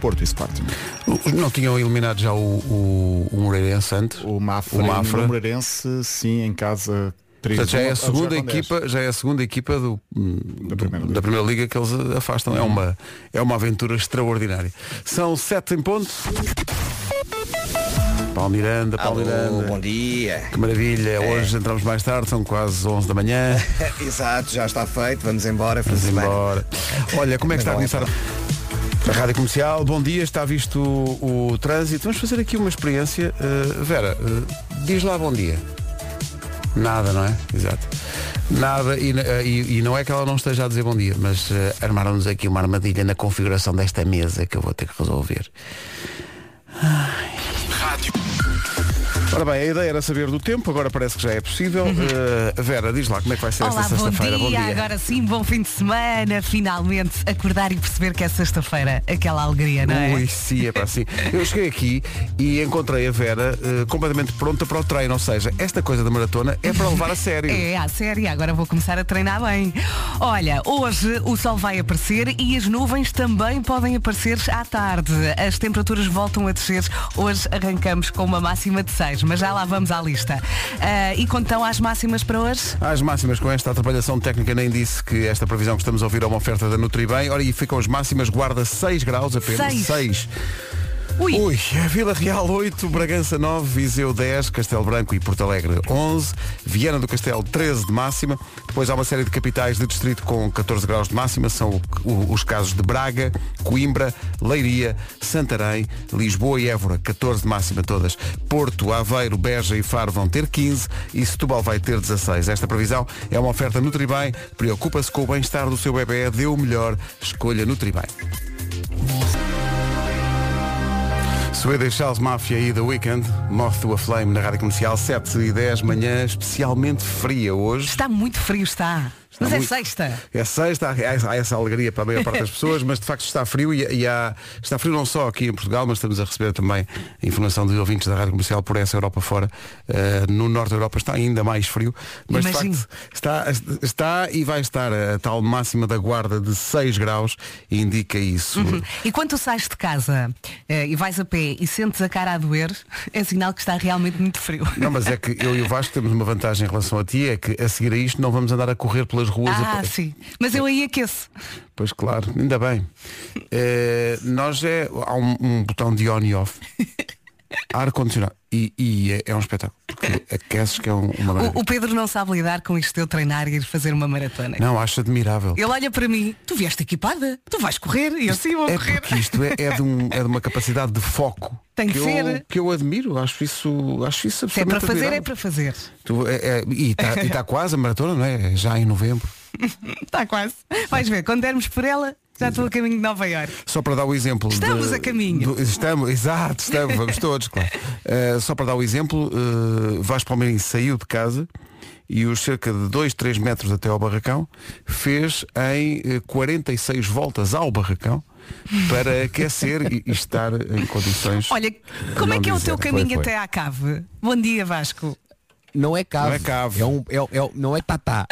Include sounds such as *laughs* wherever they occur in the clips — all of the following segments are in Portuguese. Porto e Sporting. Os- Não tinham eliminado já o, o, o Moreirense antes? O Mafra, O o Mafra. Mafra. Moreirense, sim, em casa. três Portanto, já é a a jogar com segunda dez. equipa, já é a segunda equipa do, do- Primeira da, primeira Liga. Uhum. liga que eles afastam. É uma é uma aventura extraordinária. São sete em ponto. Paulo Miranda, Paulo Alô, Miranda. É. bom dia. Que maravilha, hoje entramos mais tarde, são quase 11 da manhã, *laughs* Exato, já está feito, vamos embora. fim de vamos semana. embora. Olha, como é que está a começar a Rádio Comercial? Bom dia, está visto o, o trânsito. Vamos fazer aqui uma experiência. Uh, Vera, uh, diz lá bom dia. Nada, não é? Exato. Nada, e, n- e- e não é que ela não esteja a dizer bom dia, mas uh, armaram-nos aqui uma armadilha na configuração desta mesa que eu vou ter que resolver. Ora bem, a ideia era saber do tempo, agora parece que já é possível. Uh, Vera, diz lá como é que vai ser Olá, esta bom sexta-feira. dia. Agora sim, bom fim de semana. Finalmente acordar e perceber que é sexta-feira. Aquela alegria, não é? Ui, sim, é para assim. Eu cheguei aqui e encontrei a Vera eh, completamente pronta para o treino. Ou seja, esta coisa da maratona é para levar a sério. É, à série, agora vou começar a treinar bem. Olha, hoje o sol vai aparecer e as nuvens também podem aparecer à tarde. As temperaturas voltam a descer. Hoje arrancamos com uma máxima de 6, mas já lá vamos à lista. Ah, e então às máximas para hoje? Às máximas com esta atrapalhação técnica nem disse que esta previsão que estamos a ouvir é uma oferta da Nutribem. Ora, e ficam as máximas, guarda 6 graus apenas. Seis. 6. Ui, Ui, é Vila Real 8, Bragança 9, Viseu 10, Castelo Branco e Porto Alegre 11, Viana do Castelo 13 de máxima, depois há uma série de capitais de distrito com 14 graus de máxima, são o- o- os casos de Braga, Coimbra, Leiria, Santarém, Lisboa e Évora, 14 de máxima todas, Porto, Aveiro, Beja e Faro vão ter 15 e Setúbal vai ter 16. Esta previsão é uma oferta Nutribem, preocupa-se com o bem-estar do seu bebê, dê o melhor, escolha Nutribem. Swedish Charles Mafia e The Weekend, Moth to a Flame na Rádio Comercial, 7 e 10 manhã, especialmente fria hoje. está muito frio, está. mas muito- é sexta. É sexta, há essa- há essa alegria para a maior parte das pessoas, mas de facto está frio e, e há, está frio não só aqui em Portugal, mas estamos a receber também informação de ouvintes da Rádio Comercial por essa Europa fora. Eh, no norte da Europa está ainda mais frio, mas Imagino. de facto está, está e vai estar a tal máxima da guarda de 6 graus, indica isso. E quando tu sais de casa eh, e vais a pé e sentes a cara a doer, é sinal que está realmente muito frio. Não, mas é que eu e o Vasco temos uma vantagem em relação a ti, é que a seguir a isto não vamos andar a correr pelas ruas. Ah, a... sim. Mas eu aí aqueço. Pois claro, ainda bem. Eh, nós é. Há um, um botão de on e off. Ar-condicionado. E, e é, é um espetáculo. Porque aqueces que é um- uma maravilha. O, o Pedro não sabe lidar com isto de eu treinar e ir fazer uma maratona. Não, acho admirável. Ele olha para mim, tu vieste equipada, tu vais correr e eu sim vou É correr. porque isto é, é de um- é de uma capacidade de foco. Tem que eu, ser. que eu admiro, acho isso, acho isso Se é para absolutamente fazer, é admirável. para fazer. Tu- é- é- e está quase a maratona, não é? Já em novembro. Está quase. Vais ver, quando dermos por ela, já estou a caminho de Nova Iorque. Só para dar o exemplo. Estamos a caminho. do- estamos, exato, estamos, *laughs* vamos todos, claro. Uh, só para dar o exemplo, uh, Vasco Palmeirinho saiu de casa e os cerca de 2, 3 metros até ao barracão fez em uh, 46 voltas ao barracão para aquecer e, e estar em condições. Olha, como é Não que é o dizer. teu caminho foi. até à cave? Bom dia, Vasco. Não é cave. Não é cave. um, é, é um- não é *laughs* tatá.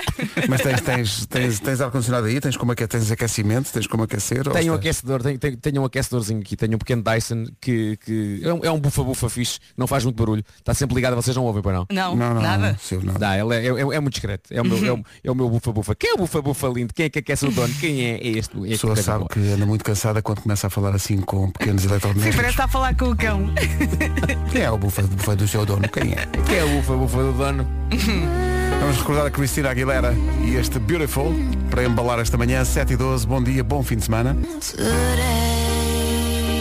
Mas tens, tens, tens, tens ar-condicionado aí, tens como é que tens aquecimento, tens como aquecer. ou tenho um está- aquecedor, tenho, tenho, tenho um aquecedorzinho aqui, tenho um pequeno Dyson que, que é um, é um bufa-bufa fixe, não faz muito barulho, está sempre ligado, vocês não ouvem para não. Não, Não, não, nada. não, Silvio, não. Uhum. Dá, ele é, é- é muito discreto. É o meu, é o, é o meu bufa-bufa. Quem é o bufa-bufa lindo? Quem é que aquece o dono? Quem é, é este? A pessoa sabe que anda muito cansada quando começa a falar assim com pequenos Sim, parece eletrodomésticos. estar a falar com o cão. Quem é o bufa, bufa do seu dono? Quem é? Quem é o bufa-bufa do dono? Vamos recordar a Cristina Aguilera e este Beautiful para embalar esta manhã, 7 e 12. Bom dia, bom fim de semana.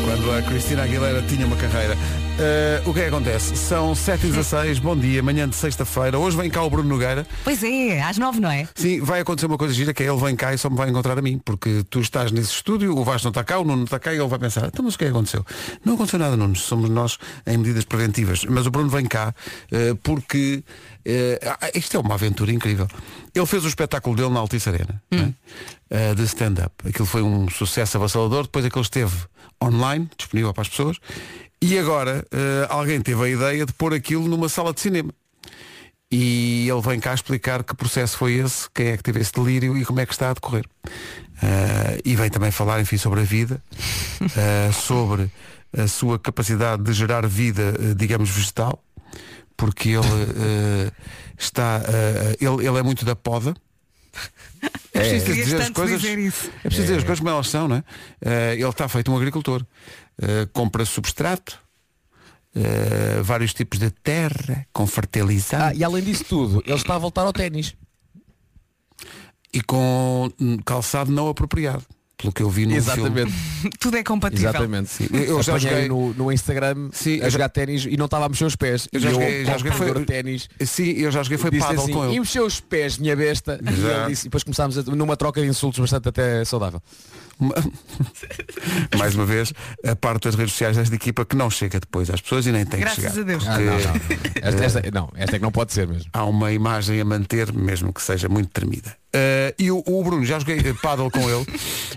Quando a Cristina Aguilera tinha uma carreira. Eh, o que é que acontece? São 7 e 16, bom dia, manhã de sexta-feira. Hoje vem cá o Bruno Nogueira. Pois é, às nove, não é? Sim, vai acontecer uma coisa gira que é ele vem cá e só me vai encontrar a mim, porque tu estás nesse estúdio, o Vasco não está cá, o Nuno não está cá e ele vai pensar, então mas o que é que aconteceu? Não aconteceu nada, Nuno, somos nós em medidas preventivas. Mas o Bruno vem cá eh, porque eh, ah, isto é uma aventura incrível. Ele fez o espetáculo dele na Altice Arena, né? Eh, de stand-up. Aquilo foi um sucesso avassalador, depois aquilo esteve online, disponível para as pessoas, e agora eh, alguém teve a ideia de pôr aquilo numa sala de cinema. e ele vem cá explicar que processo foi esse, quem é que teve esse delírio e como é que está a decorrer. Ah, e vem também falar, enfim, sobre a *laughs* vida, ah, sobre a sua capacidade de gerar vida, eh, digamos, vegetal, porque ele eh, está, eh, ele, ele é muito da poda. É preciso Querias dizer as tanto coisas, dizer isso. *laughs* é preciso dizer as coisas como elas são, não é? Eh, ele está feito um agricultor. Eh, compra substrato, eh, vários tipos de terra, com fertilizante Ah, e além disso tudo, ele está a voltar ao ténis. e com hum, calçado não apropriado, pelo que eu vi no filme. Tudo é compatível. Exatamente. Sim. Tipo, Eu- eu já Apanhei joguei- no, no Instagram Sim, eu a já- jogar ténis e não estava a mexer os pés. Eu já E joguei- já joguei ao computador foi- de ténis. Sim, eu já joguei foi disse paddle assim, com E ele. mexeu os pés, minha besta. E, Já. ele disse- e depois começámos a, numa troca de insultos bastante até saudável. Mais uma vez, a parte das redes sociais desta equipa que não chega depois às pessoas e nem tem Graças que chegar. a Deus. Ah, porque não, não. *laughs* Esta, esta- não, esta é que não pode ser mesmo. Há uma imagem a manter, mesmo que seja muito tremida. Eh, e o, o Bruno, já joguei eh, paddle com *laughs* ele,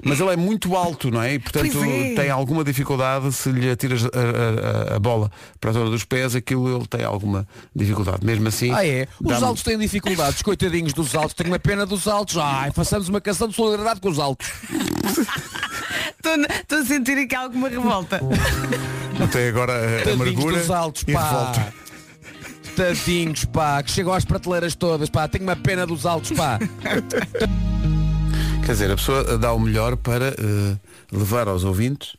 mas ele é muito alto, não é? E portanto Pois é. tem alguma dificuldade se lhe atiras a, a- a- a bola para a zona dos pés, aquilo ele tem alguma dificuldade. Mesmo assim. Ah é? Os dá-me- altos têm dificuldades, coitadinhos dos altos, tenho uma pena dos altos. Ai, façamos uma canção de solidariedade com os altos. Estou a sentir aqui alguma *laughs* revolta. Até agora a Tadinhos É amargura dos altos, e revolta. pá. Tadinhos, pá, que chegam às prateleiras todas, pá. Tenho uma pena dos altos, pá. Quer dizer, a pessoa dá o melhor para eh, levar aos ouvintes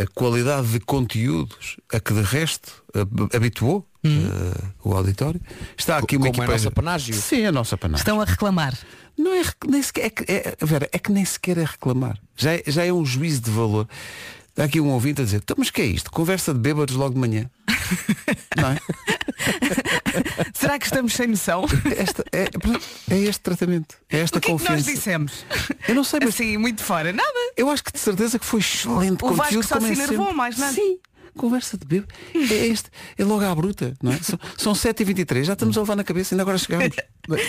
a qualidade de conteúdos a que de resto eh, habituou Uhum. eh, o auditório. Está aqui uma como é equipa... nosso apanágio. Sim, é a nossa panágio. Estão a reclamar. Não é, rec- nem sequer, é, que- é- Vera, é que nem sequer é reclamar. Já é, já é um juízo de valor. Está aqui um ouvinte a dizer, "Então, mas que é isto? Conversa de bêbados logo de manhã. Não é? Será que estamos sem *laughs* noção? Esta- é, é este tratamento. É esta *laughs* O que é que confiança. nós dissemos? Eu não sei, mas Assim, muito fora. Nada. Eu acho que de certeza que foi excelente O Vasco conteúdo. só como se é enervou, sempre. mais nada. Sim, conversa de bebo. É, este, é logo à bruta, não é? São, são 7h23, já estamos a levar na cabeça, ainda agora chegámos. Mas,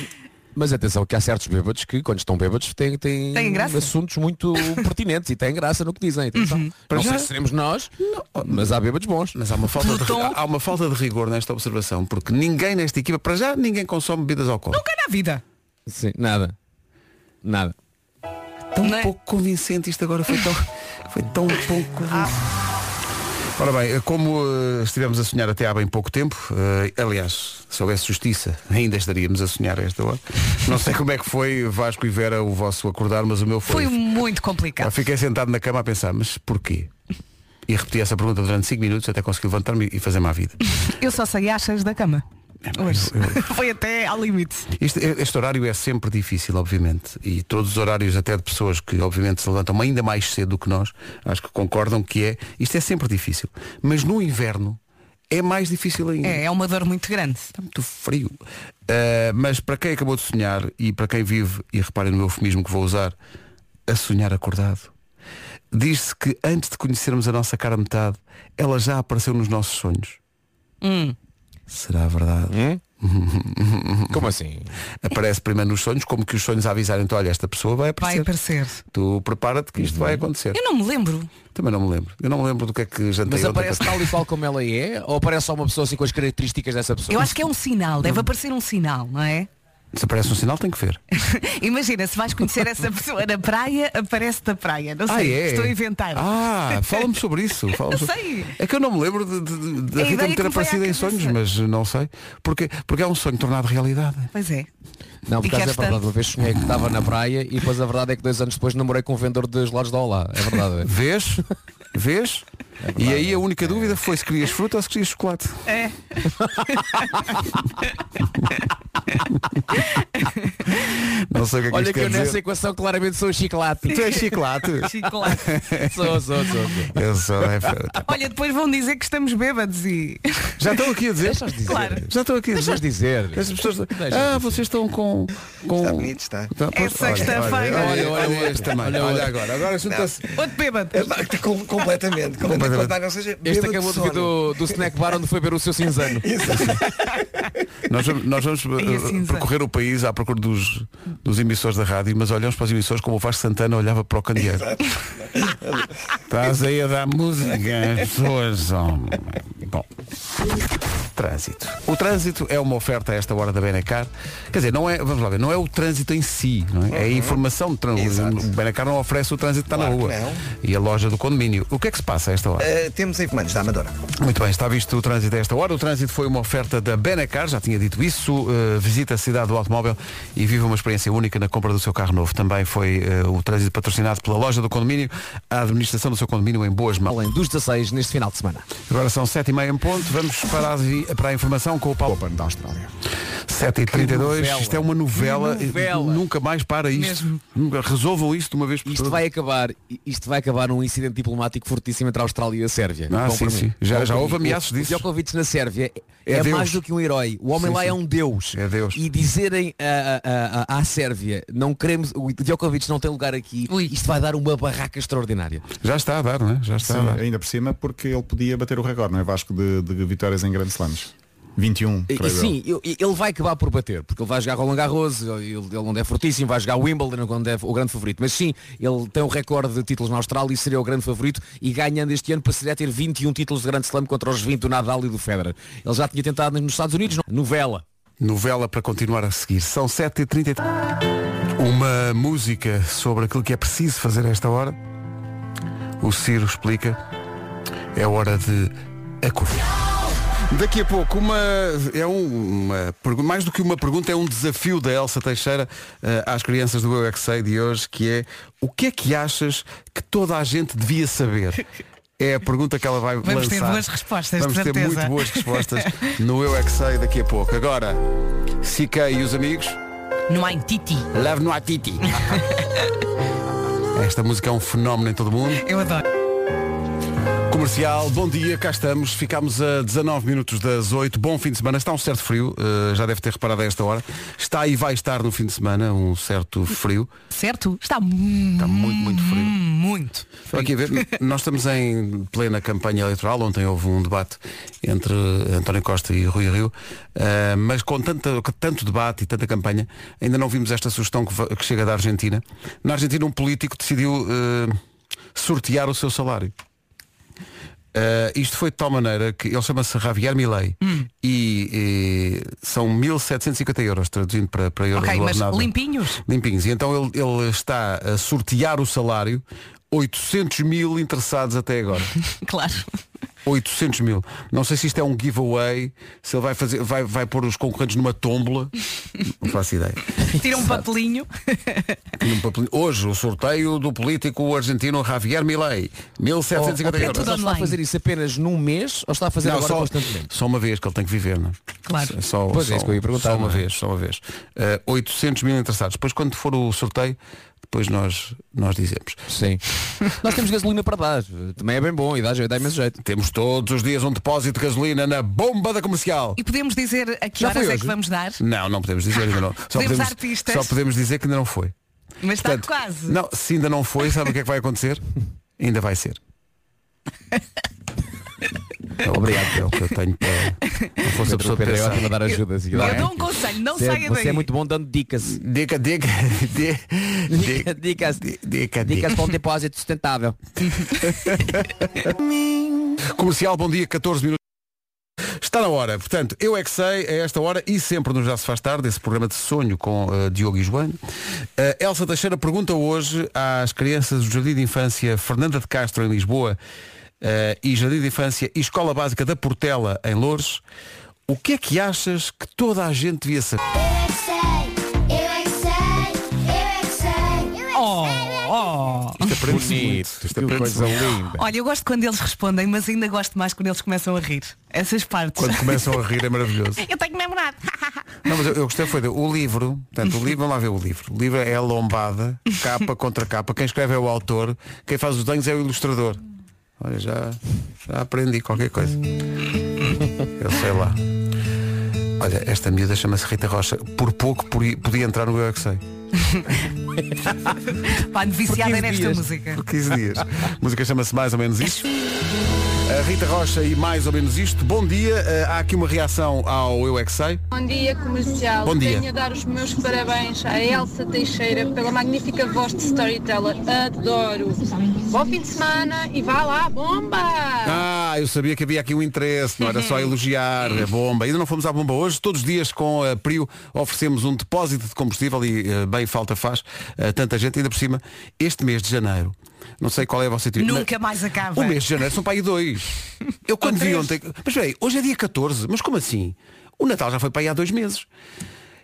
mas atenção que há certos bêbados que quando estão bêbados têm, têm Têm graça. Uhum. assuntos *laughs* muito pertinentes e têm graça no que dizem. atenção. Para Não já- sei se seremos nós, mas há bêbados bons. Mas há uma, falta de, Plutão. há há uma falta de rigor nesta observação, porque ninguém nesta equipa, para já, ninguém consome bebidas alcoólicas. Nunca na vida. Sim, nada. Nada. Tão Não é? pouco convincente isto agora foi tão, foi tão pouco convincente. Ora bem, como eh, estivemos a sonhar até há bem pouco tempo, eh, aliás, se houvesse justiça, *laughs* ainda estaríamos a sonhar a esta hora. Não sei como é que foi, Vasco e Vera, o vosso acordar, mas o meu foi. Foi um muito Eu complicado. fiquei sentado na cama a pensar, mas porquê? E repeti essa pergunta durante 5 minutos até conseguir levantar-me e fazer-me à vida. É, Eu só saí às seis da cama. Hoje. eu- *laughs* Foi até ao limite. Este, este horário é sempre difícil, obviamente, e todos os horários até de pessoas que obviamente se levantam ainda mais cedo do que nós, acho que concordam que é, isto é sempre difícil. Mas no inverno é mais difícil ainda. É, é uma dor muito grande. Está muito frio. Uh, mas para quem acabou de sonhar e para quem vive, e reparem no meu eufemismo que vou usar, a sonhar acordado, diz-se que antes de conhecermos a nossa cara metade, ela já apareceu nos nossos sonhos. Será verdade? Hum? *laughs* Como assim? Aparece primeiro nos sonhos, como que os sonhos a avisarem-te, olha, esta pessoa vai Vai aparecer. aparecer. Tu prepara-te que isto vai acontecer. Eu não me lembro. Também não me lembro. Eu não me lembro do que é que jantei Mas ontem. aparece tal e qual como ela é? Ou aparece só uma pessoa assim com as características dessa pessoa? Eu acho que é um sinal. Deve aparecer um sinal, não é? *laughs* Se aparece um sinal, tem que ver. Imagina, se vais conhecer essa pessoa na praia, aparece da praia. Não sei, estou a inventar. é? Ah, fala-me sobre isso. Fala-me Eu sobre- sei. É que eu não me lembro de, de, de- da A Rita ideia me que ter me foi à aparecido em cabeça. sonhos, mas não sei. Porque, porque é um sonho tornado realidade. Pois é. Não, por E acaso é queres verdade. tanto? Uma vez sonhei que estava na praia e depois a verdade é que dois anos depois namorei com um vendedor de gelados da Olá. É *laughs* verdade. Vês? Vês? e aí a única dúvida foi se querias fruta ou se querias chocolate. É. Não sei o que é que Olha isto que quer eu nessa dizer. equação claramente sou o chiclate. Tu és chiclate. Chocolate. *laughs* sou, sou, sou. sou. eu sou, é Olha, depois vão dizer que estamos bêbados e. Já estão aqui a dizer. Deixas dizer. Claro. Já estão aqui a dizer. Deixas dizer. Essas pessoas. *laughs* Deixa-me Ah, dizer. vocês estão com. com... Está bonito, está. Tá, É pois- olha, sexta-feira. Olha, olha, Olha, olha olha este também. Olha, Olha olha. agora. Agora junta-se. Outro bêbado. Epá, que com- completamente, completamente. contrário, ou seja, Este bêbado acabou de de vir sono. do, do snack bar onde foi ver o seu cinzano. Nós vamos, nós vamos, *laughs* E a eh, cinza. percorrer o país à procura dos, dos emissores da rádio, mas olhamos para os emissores como o Vasco Santana olhava para o candeeiro. Estás aí a dar música às pessoas. homem. Bom. Trânsito. O trânsito é uma oferta a esta hora da Benacar. Quer dizer, não é, vamos lá ver, não é o trânsito em si, não é? É a informação de trânsito. Uhum. Exato. O Benacar não oferece o trânsito que está Claro na que rua. não. E a loja do condomínio. O que é que se passa a esta hora? Eh, temos em comandos da Amadora. Muito bem, está visto o trânsito a esta hora. O trânsito foi uma oferta da Benacar, já tinha dito isso. Uh, visita a cidade do automóvel e vive uma experiência única na compra do seu carro novo. Também foi uh, o trânsito patrocinado pela loja do condomínio, a administração do seu condomínio em boas mãos. Além dos 16 neste final de semana. Agora são 7h30 em ponto, vamos para a, vi- para a informação com o Paulo Pan da Austrália. 7h32, novela. isto é uma novela, Que novela. nunca mais para isto. Mesmo. Nunca- Resolvam isto de uma vez por Isto todas. vai acabar, isto vai acabar num incidente diplomático fortíssimo entre a Austrália e a Sérvia. Ah, Vão sim, por mim. sim. Já- Vão já por houve mim. ameaças O- disso. O Djokovic na Sérvia é, É é Deus. mais do que um herói. O homem Sim, lá é sim. um deus. É Deus. E dizerem a- a- a- à Sérvia, não queremos, o Djokovic não tem lugar aqui, isto vai dar uma barraca extraordinária. Já está a dar, não é? Já está a Sim, dar. ainda por cima, porque ele podia bater o recorde, não é Vasco, de, de vitórias em grandes slams. 21, E, creio e sim, eu- e- ele vai acabar por bater, porque ele vai jogar Roland Garros, ele, ele não é fortíssimo, vai jogar Wimbledon, quando é o grande favorito. Mas sim, ele tem o recorde de títulos na Austrália e seria o grande favorito e ganhando este ano passaria a ter 21 títulos de grande slam contra os 20 do Nadal e do Federer. Ele já tinha tentado nos Estados Unidos, não- novela. Novela para continuar a seguir. São 7h33. Uma música sobre aquilo que é preciso fazer a esta hora. O Ciro explica. É hora de acordar. Daqui a pouco, uma, é um- uma pergu- mais do que uma pergunta, é um desafio da Elsa Teixeira eh, às crianças do Eu é Que Sei de hoje, que é o que é que achas que toda a gente devia saber? É a pergunta que ela vai Vamos ter lançar. boas respostas, de Vamos ter certeza. muito boas respostas no Eu é Que Sei daqui a pouco. Agora, CK e os amigos, No Haititi. leve no Atiti. *laughs* Esta música é um fenómeno em todo o mundo. Eu adoro. Comercial, bom dia, cá estamos. Ficámos a 19 minutos das 8. Bom fim de semana. Está um certo frio, eh, já deve ter reparado a esta hora. Está e vai estar no fim de semana um certo frio. Certo? Está Está muito, muito frio. muito. Estou aqui a ver, nós estamos em plena campanha eleitoral, ontem houve um debate entre António Costa e Rui Rio, eh, mas com tanta- com tanto debate e tanta campanha, ainda não vimos esta sugestão que, va- que chega da Argentina. Na Argentina um político decidiu eh, sortear o seu salário. Eh, isto foi de tal maneira que ele chama-se Javier Milei Hum. e, eh, são 1.750 euros, traduzindo para, para euros Ok, do mas ordenado *laughs* limpinhos? limpinhos. E então ele, ele está a sortear o salário. 800 mil interessados até *laughs* agora. Claro. 800 mil. Não sei se isto é um giveaway, se ele vai, fazer, vai, vai pôr os concorrentes numa tómbola. *laughs* Não faço ideia. Tira um papelinho. Num papelinho. Hoje, o sorteio do político argentino Javier Milei. Ou- ou 1750 Oh, euros. Pedro, ele está a online. fazer isso apenas num mês ou está a fazer Não, oh, agora só, constantemente? só uma vez que ele tem que viver, não é? Claro. Só, Pois é, só- isso que eu ia perguntar, só uma não é? vez, só uma vez. Eh, 800 mil interessados. Depois, quando for o sorteio, depois nós, nós dizemos. Sim. Nós temos gasolina para dar. Também é bem bom e dá, dá imenso jeito. Temos todos os dias um depósito de gasolina na bomba da comercial. E podemos dizer a que Já foi horas é hoje? que vamos dar, Não, não podemos dizer ainda não. Só Podemos dar pistas. só podemos dizer que ainda não foi. mas está Portanto, quase. Não, se ainda não foi, sabe o que é que vai acontecer? Ainda vai ser. *laughs* Obrigado, é o que eu tenho para. Não fosse a pessoa de Pedro é pensar. ótimo a dar ajudas. e- Não Eu é? dou um conselho, não Você é- saia daí. você é muito bom dando dicas. Dica, dica, *laughs* di- Dica- di- *laughs* Dicas, di- dica, dica. dicas para um depósito *laughs* sustentável. Comercial, bom dia, 14 minutos. Está na hora, portanto, eu é que sei, a esta hora e sempre nos Já se faz tarde, esse programa de sonho com eh, Diogo e João. Eh, Elsa Teixeira pergunta hoje às crianças do Jardim de Infância Fernanda de Castro em Lisboa eh, e Jardim de Infância e Escola Básica da Portela em Loures, o que é que achas que toda a gente devia saber? Eu é que sei, eu é que sei, eu é que Oh, oh. Isto é aprende-se muito. Isto é aprende-se muito. linda. Olha, eu gosto quando eles respondem, mas ainda gosto mais quando eles começam a rir. Essas partes. Quando começam a rir é maravilhoso. *laughs* Eu tenho memorado. Não, mas eu, eu gostei foi de, o livro, portanto, o livro, vamos lá ver o livro. O livro é a lombada, capa contra capa. Quem escreve é o autor, quem faz os desenhos é o ilustrador. Olha, já, já aprendi qualquer coisa. Eu sei lá. Olha, esta miúda chama-se Rita Rocha. Por pouco pori- podia entrar no Eu É Que Sei. *laughs* Pá, Por viciada 15 nesta dias. música. Por 15 dias. A música chama-se Mais ou Menos Isto. A Rita Rocha e Mais ou Menos Isto. Bom dia. eh, há aqui uma reação ao Eu É Que Sei. Bom dia, comercial. Bom dia. Venho a dar os meus parabéns à Elsa Teixeira pela magnífica voz de storyteller. Adoro. Bom fim de semana e vá lá, bomba! Ah, Ah, eu sabia que havia aqui um interesse, não era só elogiar a bomba. Ainda não fomos à bomba hoje. Todos os dias com a Prio oferecemos um depósito de combustível e eh, bem falta faz a tanta gente. Ainda por cima, este mês de janeiro, não sei qual é a vossa teoria. Nunca mais acaba. O mês de janeiro são para aí dois. Eu quando vi ontem. Mas peraí, hoje é dia 14, mas como assim? O Natal já foi para aí há dois meses.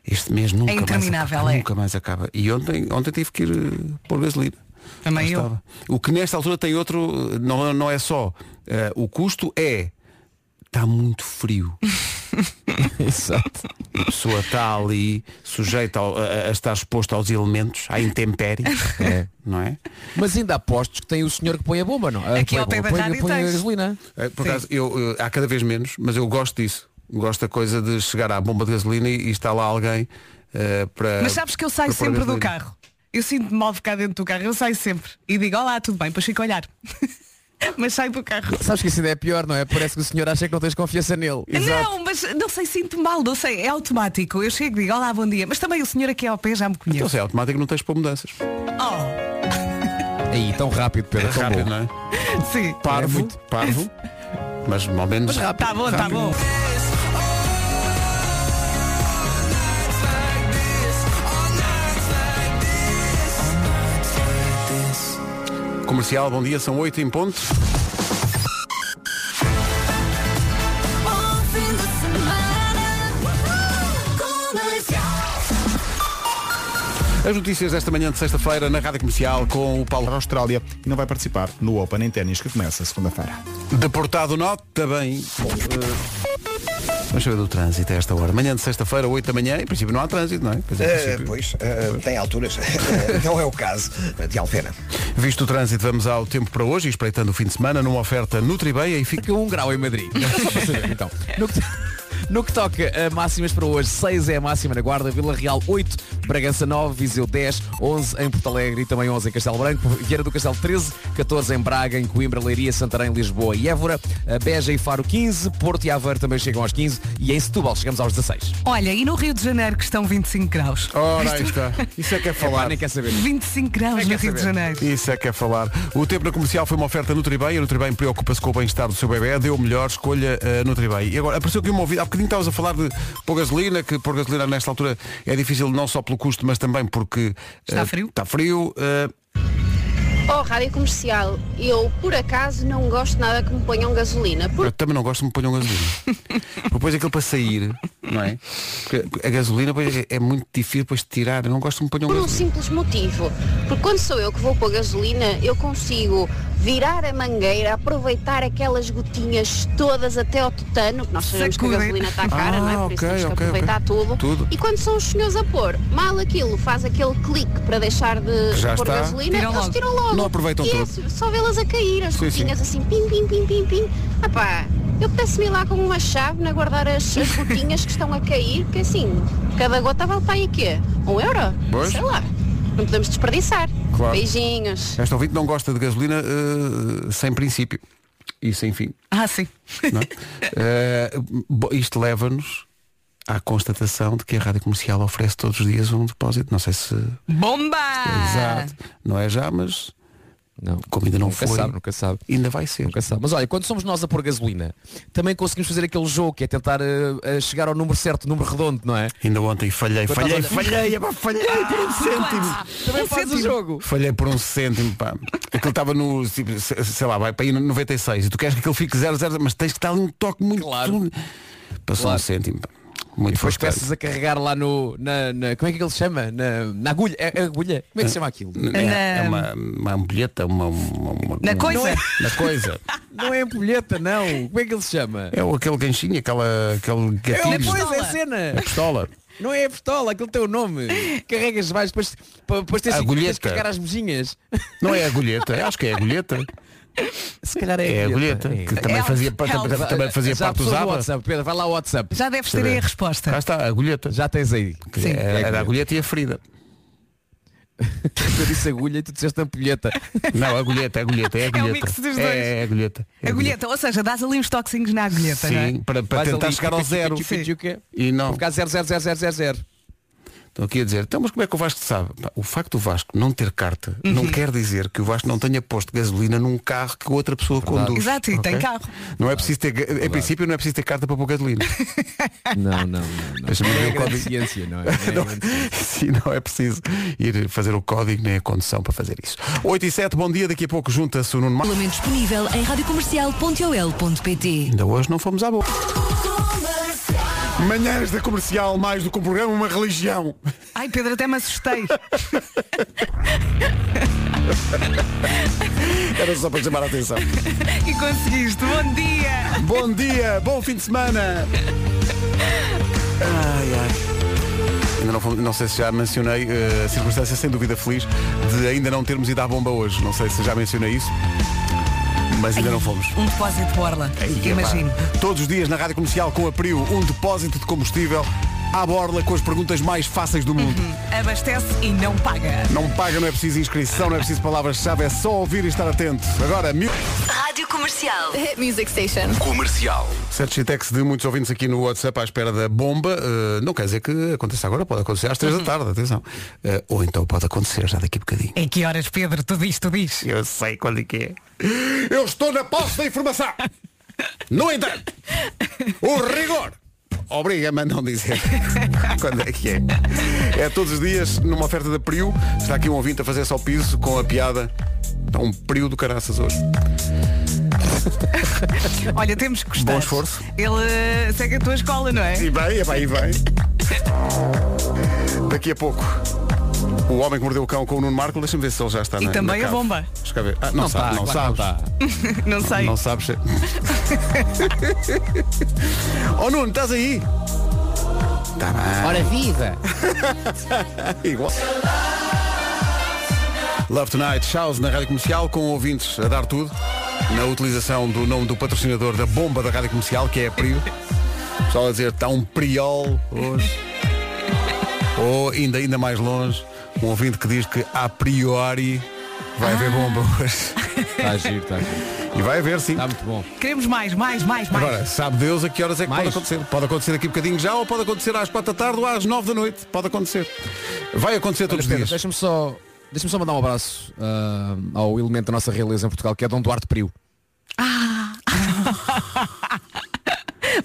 Este mês nunca interminável, mais acaba, é. nunca mais acaba. E ontem, ontem tive que ir eh, pôr gasolina. Também Lá eu. estava. O que nesta altura tem outro, eh, não, não é só eh, o custo, é está muito frio. Exato. A pessoa está ali sujeita ao- a, a estar exposta aos elementos, à *laughs* intempérie, não é? Mas ainda apostos que tem o senhor que põe a bomba, não? Ah, Aqui põe a ao pé bomba, da põe, rádio põe a tens. gasolina. É, Por acaso, eu, eu- há cada vez menos, mas eu gosto disso. Gosto da coisa de chegar à bomba de gasolina e, e está lá alguém eh, para. Mas sabes que eu saio para pôr sempre do gasolina. carro. Eu sinto-me mal ficar dentro do carro. Eu saio sempre. E digo, olá, tudo bem, depois fico a olhar. *laughs* mas saio do carro. Sabes que isso ainda é pior, não é? Parece que o senhor acha que não tens confiança nele. Não, mas não sei, sinto-me mal, não sei, é automático. Eu chego e digo, olá, bom dia. Mas também o senhor aqui ao pé já me Então conhece. se é automático, não tens para mudanças. Então, Oh, Aí, tão rápido, Pedro, tão Rápido, bom. não é? Oh, sim. Parvo, É muito. parvo. Mas ao menos. Tá bom, tá bom. Comercial, bom dia, são 8 em ponto. As notícias desta manhã de sexta-feira na Rádio Comercial com o Paulo Para a Austrália e não vai participar no Open em ténis que começa segunda-feira. Deportado Norte, também. eh, Vamos saber do trânsito a esta hora. Manhã de sexta-feira, 8 da manhã, em princípio não há trânsito, não é? Quer dizer, em Eh, princípio- pois, eh, tem alturas. *laughs* não é o caso de Alfena. Visto o trânsito, vamos ao tempo para hoje, e espreitando o fim de semana, numa oferta Nutribeia e fica. Fica um grau em Madrid. Só para saber, então. *laughs* No que, no que toca a máximas para hoje, 6 é a máxima na Guarda, Vila Real 8, Bragança 9, Viseu 10, 11 em Porto Alegre e também 11 em Castelo Branco, Vieira do Castelo 13, 14 em Braga, em Coimbra, Leiria, Santarém, Lisboa e Évora, Beja e Faro 15, Porto e Aveiro também chegam aos 15 e em Setúbal chegamos aos 16. Olha, e no Rio de Janeiro que estão 25 graus. Ora, aí está. Isso é que é Pá, falar. nem quer saber. 25 graus no quer Rio de saber. Janeiro. Isso é que é falar. O tempo na comercial foi uma oferta Nutribem. A Nutribem preocupa-se com o bem-estar do seu bebê. Deu a melhor escolha a Nutribem. E agora, apareceu aqui uma ouvida. Há bocadinho estavas a falar de pôr gasolina, que pôr gasolina nesta altura é difícil não só pelo custo, mas também porque... Está eh, frio. Está frio. eh, Oh, Rádio Comercial, eu por acaso não gosto nada que me ponham gasolina. Por... eu também não gosto de me ponham gasolina. *laughs* depois aquilo para sair, não é? Porque a gasolina pois, é- é muito difícil depois de tirar. Eu não gosto de me ponham por um gasolina. simples motivo, porque quando sou eu que vou pôr gasolina, eu consigo virar a mangueira, aproveitar aquelas gotinhas todas até ao tutano, que nós sabemos que a Sacudir. gasolina está cara, Ah, não é? Por isso ok, temos que ok, aproveitar ok. tudo. Tudo. E quando são os senhores a pôr, mal aquilo faz aquele clique para deixar de Já pôr está. gasolina, Tiram eles logo. tiram logo. Não aproveitam e é tudo. só vê-las a cair, as Sim, sim. gotinhas assim, pim, pim, pim, pim, pim. Ah pá, eu peço-me lá com uma chave na guardar as, *laughs* as gotinhas que estão a cair, porque assim, cada gota vale para aí quê? Um euro? Pois. Sei lá. Não podemos desperdiçar. Claro. Beijinhos. Esta ouvinte não gosta de gasolina eh, sem princípio. E sem fim. Ah, sim. *laughs* não é? Eh, bo- isto leva-nos à constatação de que a rádio comercial oferece todos os dias um depósito. Não sei se. Bomba! Ah. Exato. Não é já, mas Não. como ainda não nunca foi, sabe, nunca sabe. ainda vai ser. Nunca sabe. Mas olha, quando somos nós a pôr gasolina, também conseguimos fazer aquele jogo que é tentar eh, eh, chegar ao número certo, número redondo, não é? Ainda ontem falhei, Quando falhei, estás a- falhei, epá, falhei por um cêntimo. Também faz o jogo. Falhei por um cêntimo, pá. Aquilo estava no, tipo, se- sei lá, vai para aí no 96 e tu queres que aquilo fique 00, mas tens que dar um toque muito. Claro. Passou um Claro. cêntimo, pá. Muito Depois frustrante. começas a carregar lá no. Na, na- como é que ele se chama? Na, na agulha. É, é agulha? Como é que se chama aquilo? É, é uma, uma ampulheta, uma, uma, uma- Na uma- coisa. Na coisa. Não é ampulheta, não. Como é que ele se chama? É o- aquele ganchinho, aquela, aquele É gatilho, depois é a cena. a pistola. Não é a pistola, aquilo tem o nome. Carregas mais, depois, pa- depois tens, Agulheta. tens que carregar as beijinhas. Não é a agulheta, acho que é a agulheta. Se calhar é, É a agulheta, que também fazia, Help, também- help. também fazia Já parte pessoas dos do abas. WhatsApp, Pedro, vai lá ao WhatsApp. Já deves ter aí a resposta. Cá está, a agulheta. Já tens aí. Que Era, era a agulheta e a ferida. Eu disse agulha e tu disseste ampulheta. Não, a agulheta, a agulheta, é a *laughs* É um agulheta. mix dos dois. É, é a agulheta. É a Agulheta, ou seja, dás ali uns toquezinhos na agulheta, não é? Sim, para, para Vais tentar ali, chegar ao tchuca, zero. tchuca, tchuca, tchuca, E não. Ficar 00000. Estão aqui a dizer, então mas como é que o Vasco sabe? Pá, O facto do Vasco não ter carta Uhum. não quer dizer que o Vasco não tenha posto gasolina num carro que outra pessoa conduz. Exato, e tem ok? carro. Não é preciso ter, ga- em princípio não é preciso ter carta para pôr *laughs* gasolina. *laughs* Não, não, não. não. Deixa-me ver É o código. grande ciência, não é? É não, grande *laughs* ciência. sim, não é preciso ir fazer o código nem a condução para fazer isso. 8 e 7, bom dia, daqui a pouco junta-se o Nuno Marco. Regulamento disponível em radiocomercial.ol.pt Ainda hoje não fomos à boa. Manhãs da comercial, mais do que um programa, uma religião. Ai, Pedro, até me assustei. Era só para chamar a atenção. e conseguiste. Bom dia. bom dia, bom fim de semana. Ai, ai. Ainda não, fomos- não sei se já mencionei eh, a circunstância sem dúvida feliz de ainda não termos ido à bomba hoje. Não sei se já mencionei isso, mas ainda não fomos. Um depósito de borla. Aí, Imagino. epá. Todos os dias na Rádio Comercial com a Priu, um depósito de combustível à borla com as perguntas mais fáceis do mundo. Abastece e não paga. Não paga, não é preciso inscrição, não é preciso palavras-chave, é só ouvir e estar atento. Agora, mil... Rádio Comercial. Music Station. Certos Citex de muitos ouvintes aqui no WhatsApp à espera da bomba. Eh, não quer dizer que aconteça agora, pode acontecer às três da tarde, atenção. Eh, ou então pode acontecer já daqui a bocadinho. Em É que horas, Pedro? Tu diz, tu diz. Eu sei quando é que é. Eu estou na posse da informação. No entanto, o rigor obriga-me a não dizer *laughs* quando é que é. É todos os dias, numa oferta da Priu, está aqui um ouvinte a fazer só piso com a piada. Está um período do caraças hoje. Olha, temos que gostar. Bom esforço. Ele uh, segue a tua escola, não é? E bem, e bem, e bem. Daqui a pouco. O homem que mordeu o cão com o Nuno Marco, deixa-me ver se ele já está E na também na cave. a bomba. Deixa cá ver. Ah, não, sabe, não claro sabe. que não está. Não sei. Não sabes. se- *laughs* oh Nuno, estás aí? Tá bem. Ora viva! Igual. Love Tonight, Shouse na Rádio Comercial, com ouvintes a dar tudo, na utilização do nome do patrocinador da bomba da Rádio Comercial, que é a Prio. Pessoal a dizer, está um priol hoje. Ou, ainda, ainda mais longe, um ouvinte que diz que a priori vai Ah. haver bomba hoje. Está a Tá giro, está a giro. E vai haver, sim. Está muito bom. Queremos mais, mais, mais, mais. Agora, sabe Deus a que horas é que Mais. pode acontecer. Pode acontecer aqui um bocadinho já, ou pode acontecer às 4 da tarde ou às 9 da noite. Pode acontecer. Vai acontecer Olha, todos Pedro, os dias. Deixa-me só, deixa só mandar um abraço ah, ao elemento da nossa realeza em Portugal, que é Dom Duarte Priu.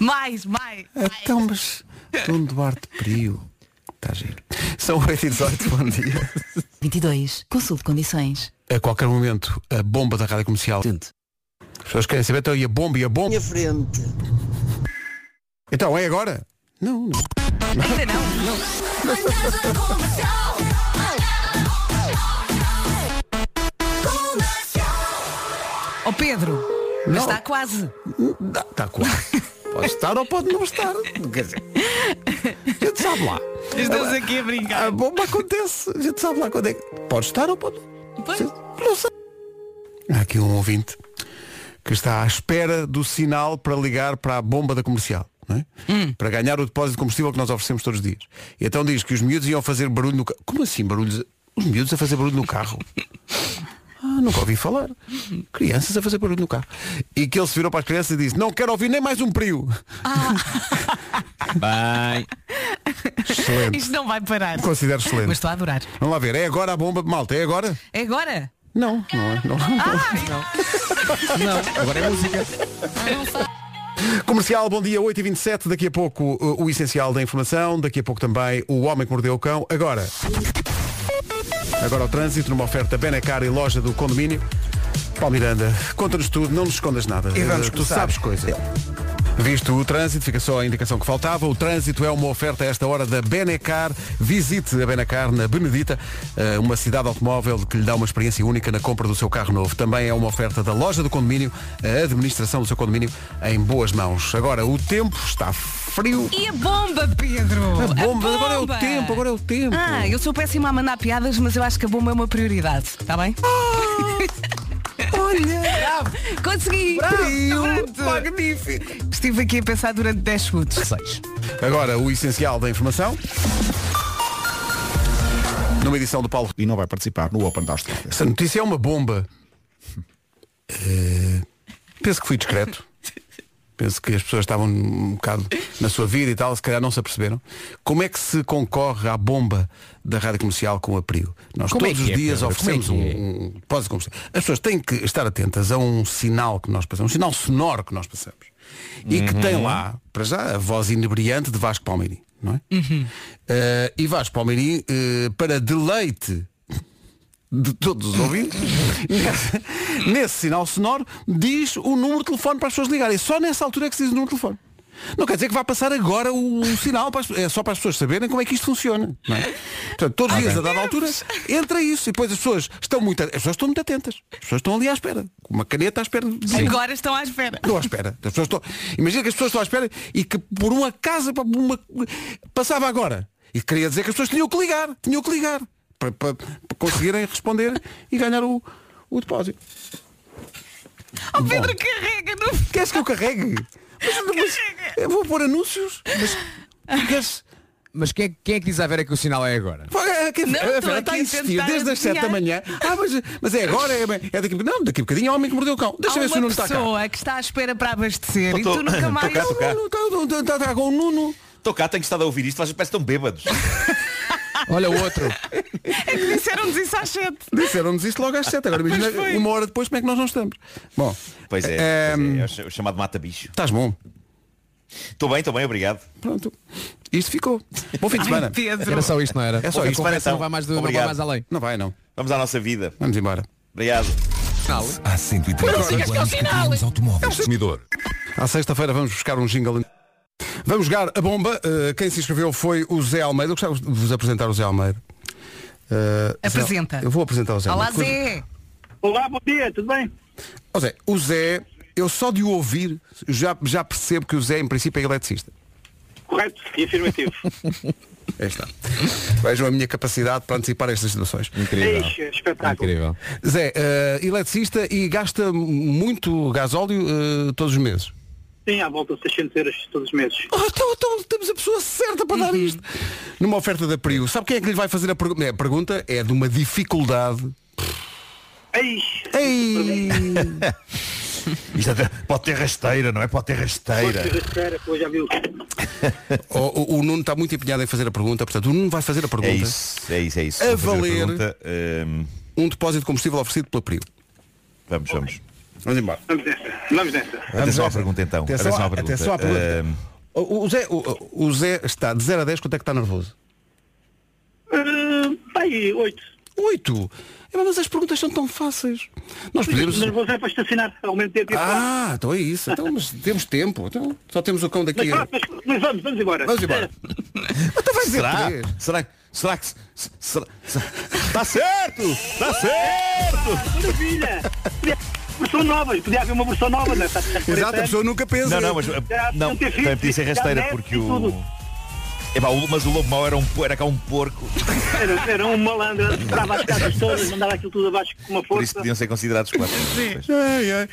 Mais, mais. Então, mas Dom Duarte Prio. Está giro. São 8 e 18, bom dia. 22. Consulte condições. A qualquer momento, a bomba da rádio comercial. As pessoas querem saber, então, e a bomba, e a bomba? Minha frente. Então, é agora? Não, não. Ainda não. Oh Pedro, mas Não. está quase. *laughs* Está quase. Pode estar ou pode não estar. Quer dizer, a gente sabe lá. Estamos aqui a brincar. A Ah, bomba acontece. A gente sabe lá quando é que. Pode estar ou pode. Pois. Não sei. Há aqui um ouvinte que está à espera do sinal para ligar para a bomba da comercial. não é? Para ganhar o depósito de combustível que nós oferecemos todos os dias. E então diz que os miúdos iam fazer barulho no carro. Como assim barulhos? Os miúdos a fazer barulho no carro? Ah, nunca ouvi falar. Crianças a fazer barulho no carro. E que ele se virou para as crianças e disse, não quero ouvir nem mais um prio. *laughs* Bem. Excelente. Isto não vai *laughs* parar. Considero excelente. Mas tá- estou a adorar. Vamos lá ver, é agora a bomba, malta, é agora? É agora? Não, não é. Não, Ah. Não, agora é música. *laughs* Comercial, bom dia, 8h27, daqui a pouco uh, o essencial da informação, daqui a pouco também o homem que mordeu o cão. Agora, agora o trânsito numa oferta Benacar e loja do condomínio. Paulo Miranda, conta-nos tudo, não nos escondas nada. E vamos Eh, tu começar. sabes coisa. Visto o trânsito, fica só a indicação que faltava. O trânsito é uma oferta a esta hora da Benacar. Visite a Benacar na Benedita, eh, uma cidade automóvel que lhe dá uma experiência única na compra do seu carro novo. Também é uma oferta da loja do condomínio, a administração do seu condomínio em boas mãos. Agora o tempo está frio. E a bomba, Pedro? A bomba, agora é o tempo, agora é o tempo. Ah, eu sou péssima a mandar piadas, mas eu acho que a bomba é uma prioridade, está bem? Ah! *laughs* Olha! Consegui! Pronto. Magnífico. Estive aqui a pensar durante 10 segundos. Agora o essencial da informação. Numa edição do Paulo E não vai participar no Open da Austrália. Essa notícia é uma bomba. Eh, penso que fui discreto. Penso que as pessoas estavam um bocado na sua vida e tal, se calhar não se aperceberam. Como é que se concorre à bomba da rádio comercial com aperio? Nós Como é todos que os é, dias Pedro? oferecemos Como é que é? um, um pós comercial. As pessoas têm que estar atentas a um sinal que nós passamos, um sinal sonoro que nós passamos. E que tem Uhum. lá, para já, a voz inebriante de Vasco Palmeirim, não é? Uhum. Eh, e Vasco Palmeirim, eh, para deleite de todos os ouvintes, nesse, nesse sinal sonoro, diz o número de telefone para as pessoas ligarem. Só nessa altura é que se diz o número de telefone. Não quer dizer que vá passar agora o, o sinal, para as- é só para as pessoas saberem como é que isto funciona. não é? Portanto, todos os dias, a dada altura, entra isso. E depois as pessoas estão muito, as pessoas estão muito atentas. As pessoas estão ali à espera. Com uma caneta à espera. de- Agora estão à espera. Estou à espera. As pessoas estão... Imagina que as pessoas estão à espera e que por um acaso pá, por uma... passava agora. E queria dizer que as pessoas tinham que ligar, tinham que ligar para, para- para conseguirem responder e ganhar o, o depósito. O Pedro carrega no Queres que eu carregue? Mas, mas- eu vou pôr anúncios. Mas queres. Mas quem é, quem é que diz à Vera que o sinal é agora? Pá, é que- Não, a estou Vera aqui está a a insistir tentar desde as 7 da manhã. adivinhar. Ah, mas, mas é agora, é, é daqui Não, daqui a bocadinho é o homem que mordeu o cão. Há Deixa eu ver se o uma Nuno está cá. pessoa que está à espera para abastecer e *laughs* tu nunca mais. Está o Nuno, está o Nuno, está- está com o Nuno. Estou cá, tenho estado a ouvir isto, parece que estão bêbados. Olha o *laughs* outro. É que *laughs* disseram-nos isso às sete. Disseram-nos isso logo às 7, agora imagina Pois foi. uma hora depois como é que nós não estamos. Bom, Pois é, eh, pois é, é o ch- o chamado mata-bicho. estás bom. Estou bem, estou bem, obrigado. Pronto. Isto ficou. Bom fim de semana. Ai, Pedro. Era só isto, não era? É só a isto, conversa então. não vai mais, do- não vai Obrigado. mais além. Não vai, não. Vamos à nossa vida. Vamos embora. Obrigado. Sinal. Há é 135 anos que temos automóveis consumidor. À sexta-feira vamos buscar um jingle. Vamos jogar a bomba. Eh, quem se inscreveu foi o Zé Almeida. Eu gostava de vos apresentar o Zé Almeida. Eh, Zé- Apresenta. eu vou apresentar o Zé Olá, Almeida. Zé. Olá, bom dia, tudo bem? Ó Zé, o Zé, eu só de o ouvir já, já percebo que o Zé em princípio é eletricista. Correto e *laughs* afirmativo. Aí está. Vejam a minha capacidade para antecipar estas situações. Incrível. Eixe, espetáculo. Incrível. Zé, eh, eletricista e gasta muito gasóleo eh, todos os meses. *laughs* Sim, à volta de 600 euros todos os meses. Oh, então, então temos a pessoa certa para Uhum. dar isto. Numa oferta da Priu, sabe quem é que lhe vai fazer a pergunta? A pergunta é de uma dificuldade. Eixe, Ei! *laughs* Isto até pode ter rasteira, não é? Pode ter rasteira. poxa, espera, pô, já viu. *laughs* Oh, o, o Nuno está muito empenhado em fazer a pergunta, portanto o Nuno vai fazer a pergunta. É isso, é isso, é isso. A Vou fazer valer. pergunta, hum, Um depósito de combustível oferecido pela Priu. vamos, vamos. Vamos embora. Vamos nessa, vamos nessa. Atenção à nessa. pergunta então. Atenção, Atenção à à- pergunta. atenção à pergunta. Hum, O, o Zé, o- o Zé está de 0 a 10, quanto é que está nervoso? Ah, Tá aí, 8. 8! É, Mas as perguntas são tão fáceis. Nós podemos. Mas vou é para estacionar, ao mesmo tempo. e falar. Ah, então é isso. Então, mas temos tempo. Então, só temos o cão Mas, daqui. a- pronto, mas, mas vamos, vamos embora. Vamos *laughs* embora. Então vai dizer será? três. Será? Será que. se- se- Será? Está certo! Está certo! Ah, Maravilha! Podia- Versão nova, podia haver uma versão nova, não é? Está- está Exato, a 40 pessoa nunca pensa. Não, não, mas. eh, Já Não, não tem também podia ser filhos, rasteira já porque netos e o. tudo. Epá, o- mas o lobo mau era, um, po- era cá um porco, anos. Era, era um malandro, dava as *laughs* casas todas, mandava aquilo tudo abaixo com uma por isso força. podiam ser considerados quatro. é? Pois. Ai, ai.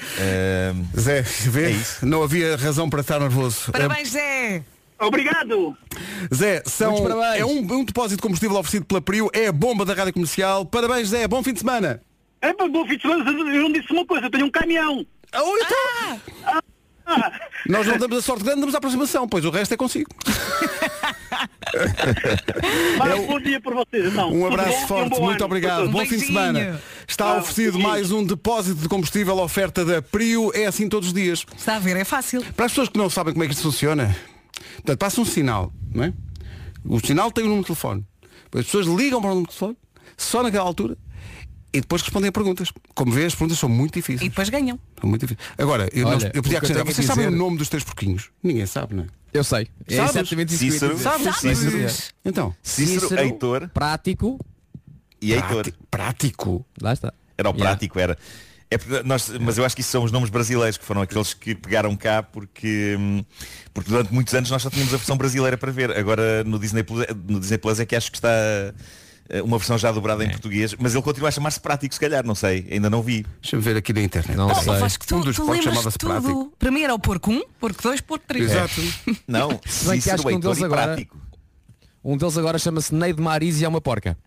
Hum, Zé, vê? Não havia razão para estar nervoso. Parabéns, Zé. Obrigado! Eh, Zé, são, Muitos parabéns. é um, um depósito de combustível oferecido pela Priu, é a bomba da rádio comercial. Parabéns, Zé, bom fim de semana. É para bom fim de semana, eu não disse uma coisa, eu tenho um caminhão. Ah, oi, então. Ah! Nós não damos a sorte grande, damos a aproximação, pois o resto é consigo. Mas bom dia para vocês, então. É Um Tudo abraço bom e um forte, bom muito ano. obrigado. Um Bom fim de beijinho. semana. Está Ah, oferecido beijinho. mais um depósito de combustível, oferta da Priu, é assim todos os dias. Está a ver, é fácil. Para as pessoas que não sabem como é que isto funciona, portanto, passa um sinal, não é? O sinal tem o número de telefone. As pessoas ligam para o número de telefone, só naquela altura, e depois respondem a perguntas. Como vê, as perguntas são muito E difíceis. depois ganham. São muito difíceis. Agora, eu, não- Olha, eu podia o que eu acrescentar, tenho que vocês sabem o dizer- nome dos três porquinhos? Ninguém sabe, não é? Eu sei. É Sabes? exatamente isso que eu ia Cícero, dizer. Sabes? Cícero, Sabes? Então, Cícero, Heitor Prático. Ah, e Heitor. práti- prático. Lá está. Era o Yeah. prático, era. É porque nós, mas eu acho que isso são os nomes brasileiros que foram aqueles que pegaram cá porque, hum, porque durante muitos anos nós só tínhamos a versão brasileira para ver. Agora no Disney Plus, no Disney Plus é que acho que está eh, uma versão já dobrada É. em português, mas ele continua a chamar-se prático se calhar, não sei, ainda não *laughs* vi. Deixa-me ver aqui na internet. Não Oh, sei. Vasco, tu, Um dos tu porcos lembras chamava-se de tudo. Prático. Para mim era o porco 1, porco 2, porco 3. Exato. Não, bem que acho Cícero, que um Heitor deles e agora- prático. Um deles agora chama-se Neide Mariz e é uma porca.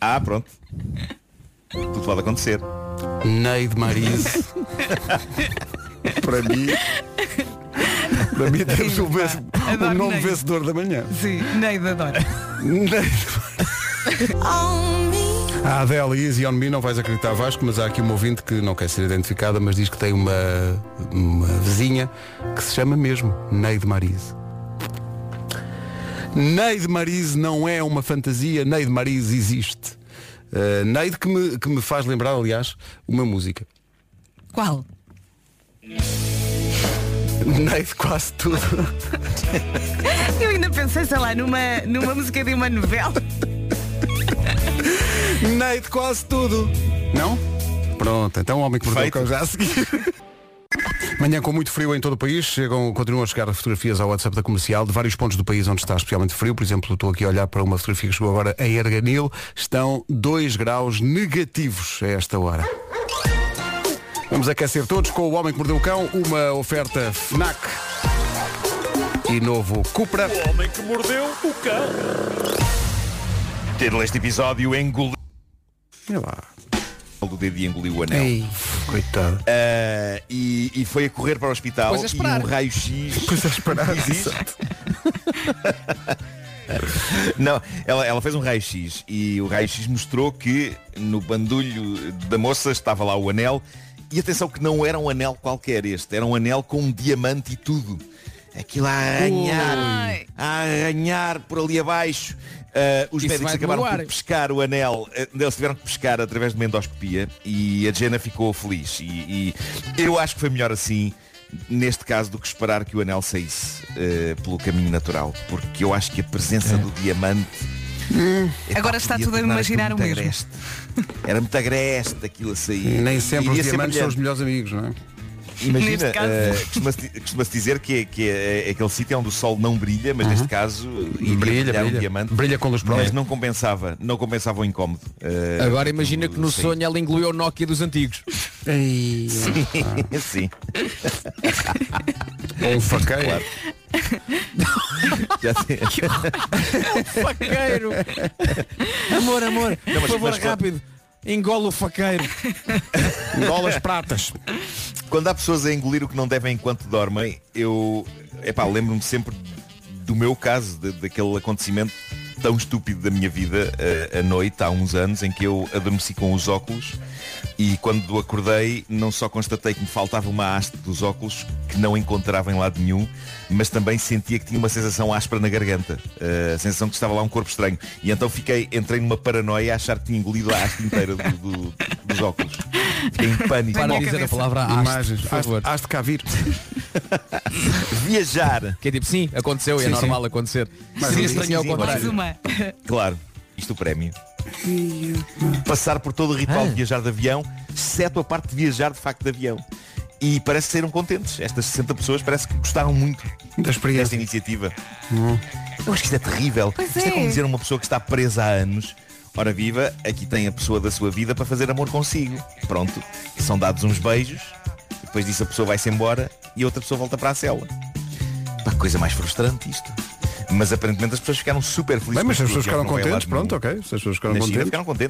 Ah, pronto. Tudo pode É. acontecer. *laughs* *laughs* Neide Marise. Para mim, Para mim temos o, Epá, mesmo, o adoro nome Neide. vencedor da manhã. Sim, Neide adora. A Adele e Easy On Me, não vais acreditar Vasco, mas há aqui uma ouvinte que não quer ser identificada, mas diz que tem uma, uma vizinha que se chama mesmo Neide Marise. Neide Marise não é uma fantasia, Neide Marise existe. Uh, Neide que me, que me faz lembrar, aliás, uma música. Qual? Neide quase tudo. *laughs* Eu ainda pensei, sei lá, numa, numa música de uma novela. Neide quase tudo. Não? Pronto, então o homem é que mordeu o cão já a seguir. Manhã com muito frio em todo o país, chegam, continuam a chegar fotografias ao WhatsApp da comercial de vários pontos do país onde está especialmente frio. Por exemplo, estou aqui a olhar para uma fotografia que chegou agora em Erganil. Estão 2 graus negativos a esta hora. Vamos aquecer todos com o Homem que Mordeu o Cão, uma oferta FNAC e novo Cupra. O homem que mordeu o cão. Título deste episódio engoliu. O dedo e engoliu o anel. Ei, coitado. Ah, e, e foi a correr para o hospital Pois a e esperar. *laughs* um raio-x. Pois a esperar, Diz isto? Não, ela, ela fez um raio-x e o raio-x mostrou que no bandulho da moça estava lá o anel e atenção que não era um anel qualquer este, era um anel com um diamante e tudo. Aquilo a arranhar, Ui. a arranhar por ali abaixo. Ah, os Isso médicos vai acabaram demorar. por pescar o anel, eh, eles tiveram que pescar através de uma endoscopia e a Jenna ficou feliz. E, e eu acho que foi melhor assim, neste caso, do que esperar que o anel saísse eh, pelo caminho natural. Porque eu acho que a presença do diamante Epá, Agora está podia tudo a tornar aquilo imaginar o muito mesmo. agreste. Era muito agreste aquilo a sair. Nem sempre Iria os ser diamantes são os melhores brilhante. amigos, não é? Imagina, Neste caso. eh, costuma-se di- costuma-se dizer que, é, que é- é aquele sítio onde o sol não brilha, mas neste caso Brilha, É iria brilhar brilha. um diamante. Brilha com luz própria. Mas não compensava, não compensava o incómodo. Eh, Agora imagina que no sim. sonho ela engoliu o Nokia dos antigos. Sim, *laughs* sim. Ou um faqueiro. Claro. Já sei. faqueiro. Amor, *laughs* amor, Não, por mas- favor, mas- rápido. Engola o faqueiro. Bolas pratas. Quando há pessoas a engolir o que não devem enquanto dormem, eu epá, lembro-me sempre do meu caso, de- daquele acontecimento tão estúpido da minha vida eh, à noite, há uns anos, em que eu adormeci com os óculos e quando acordei não só constatei que me faltava uma haste dos óculos, que não encontrava em lado nenhum, mas também sentia que tinha uma sensação áspera na garganta, eh, a sensação que estava lá um corpo estranho. E então fiquei, entrei numa paranoia a achar que tinha engolido a haste inteira do- do- dos óculos. Fiquei em *laughs* pânico. Para Bom, dizer a palavra tipo. haste, Imagens. por favor. Haste cá vir. Viajar. Que é tipo, sim, aconteceu e é Sim, normal acontecer. Mas Seria sim, estranho sim, ao sim, Mais contrário. uma. Claro, isto o prémio. Passar por todo o ritual de viajar de avião, exceto a parte de viajar de facto de avião. E parece que saíram contentes. Estas 60 pessoas parece que gostaram muito Da desta experiência. iniciativa. Eu acho que isto é terrível. Pois Isto é como é. dizer a uma pessoa que está presa há anos. Ora viva, aqui tem a pessoa da sua vida para fazer amor consigo. Pronto. São dados uns beijos, depois disso a pessoa vai-se embora e a outra pessoa volta para a cela. Pá, coisa mais frustrante isto. Mas aparentemente as pessoas ficaram super felizes. Bem, mas se com as aquilo, pessoas que ficaram não é foi a lado contentes, pronto, nenhum. ok. Se as pessoas ficaram Na China contentes.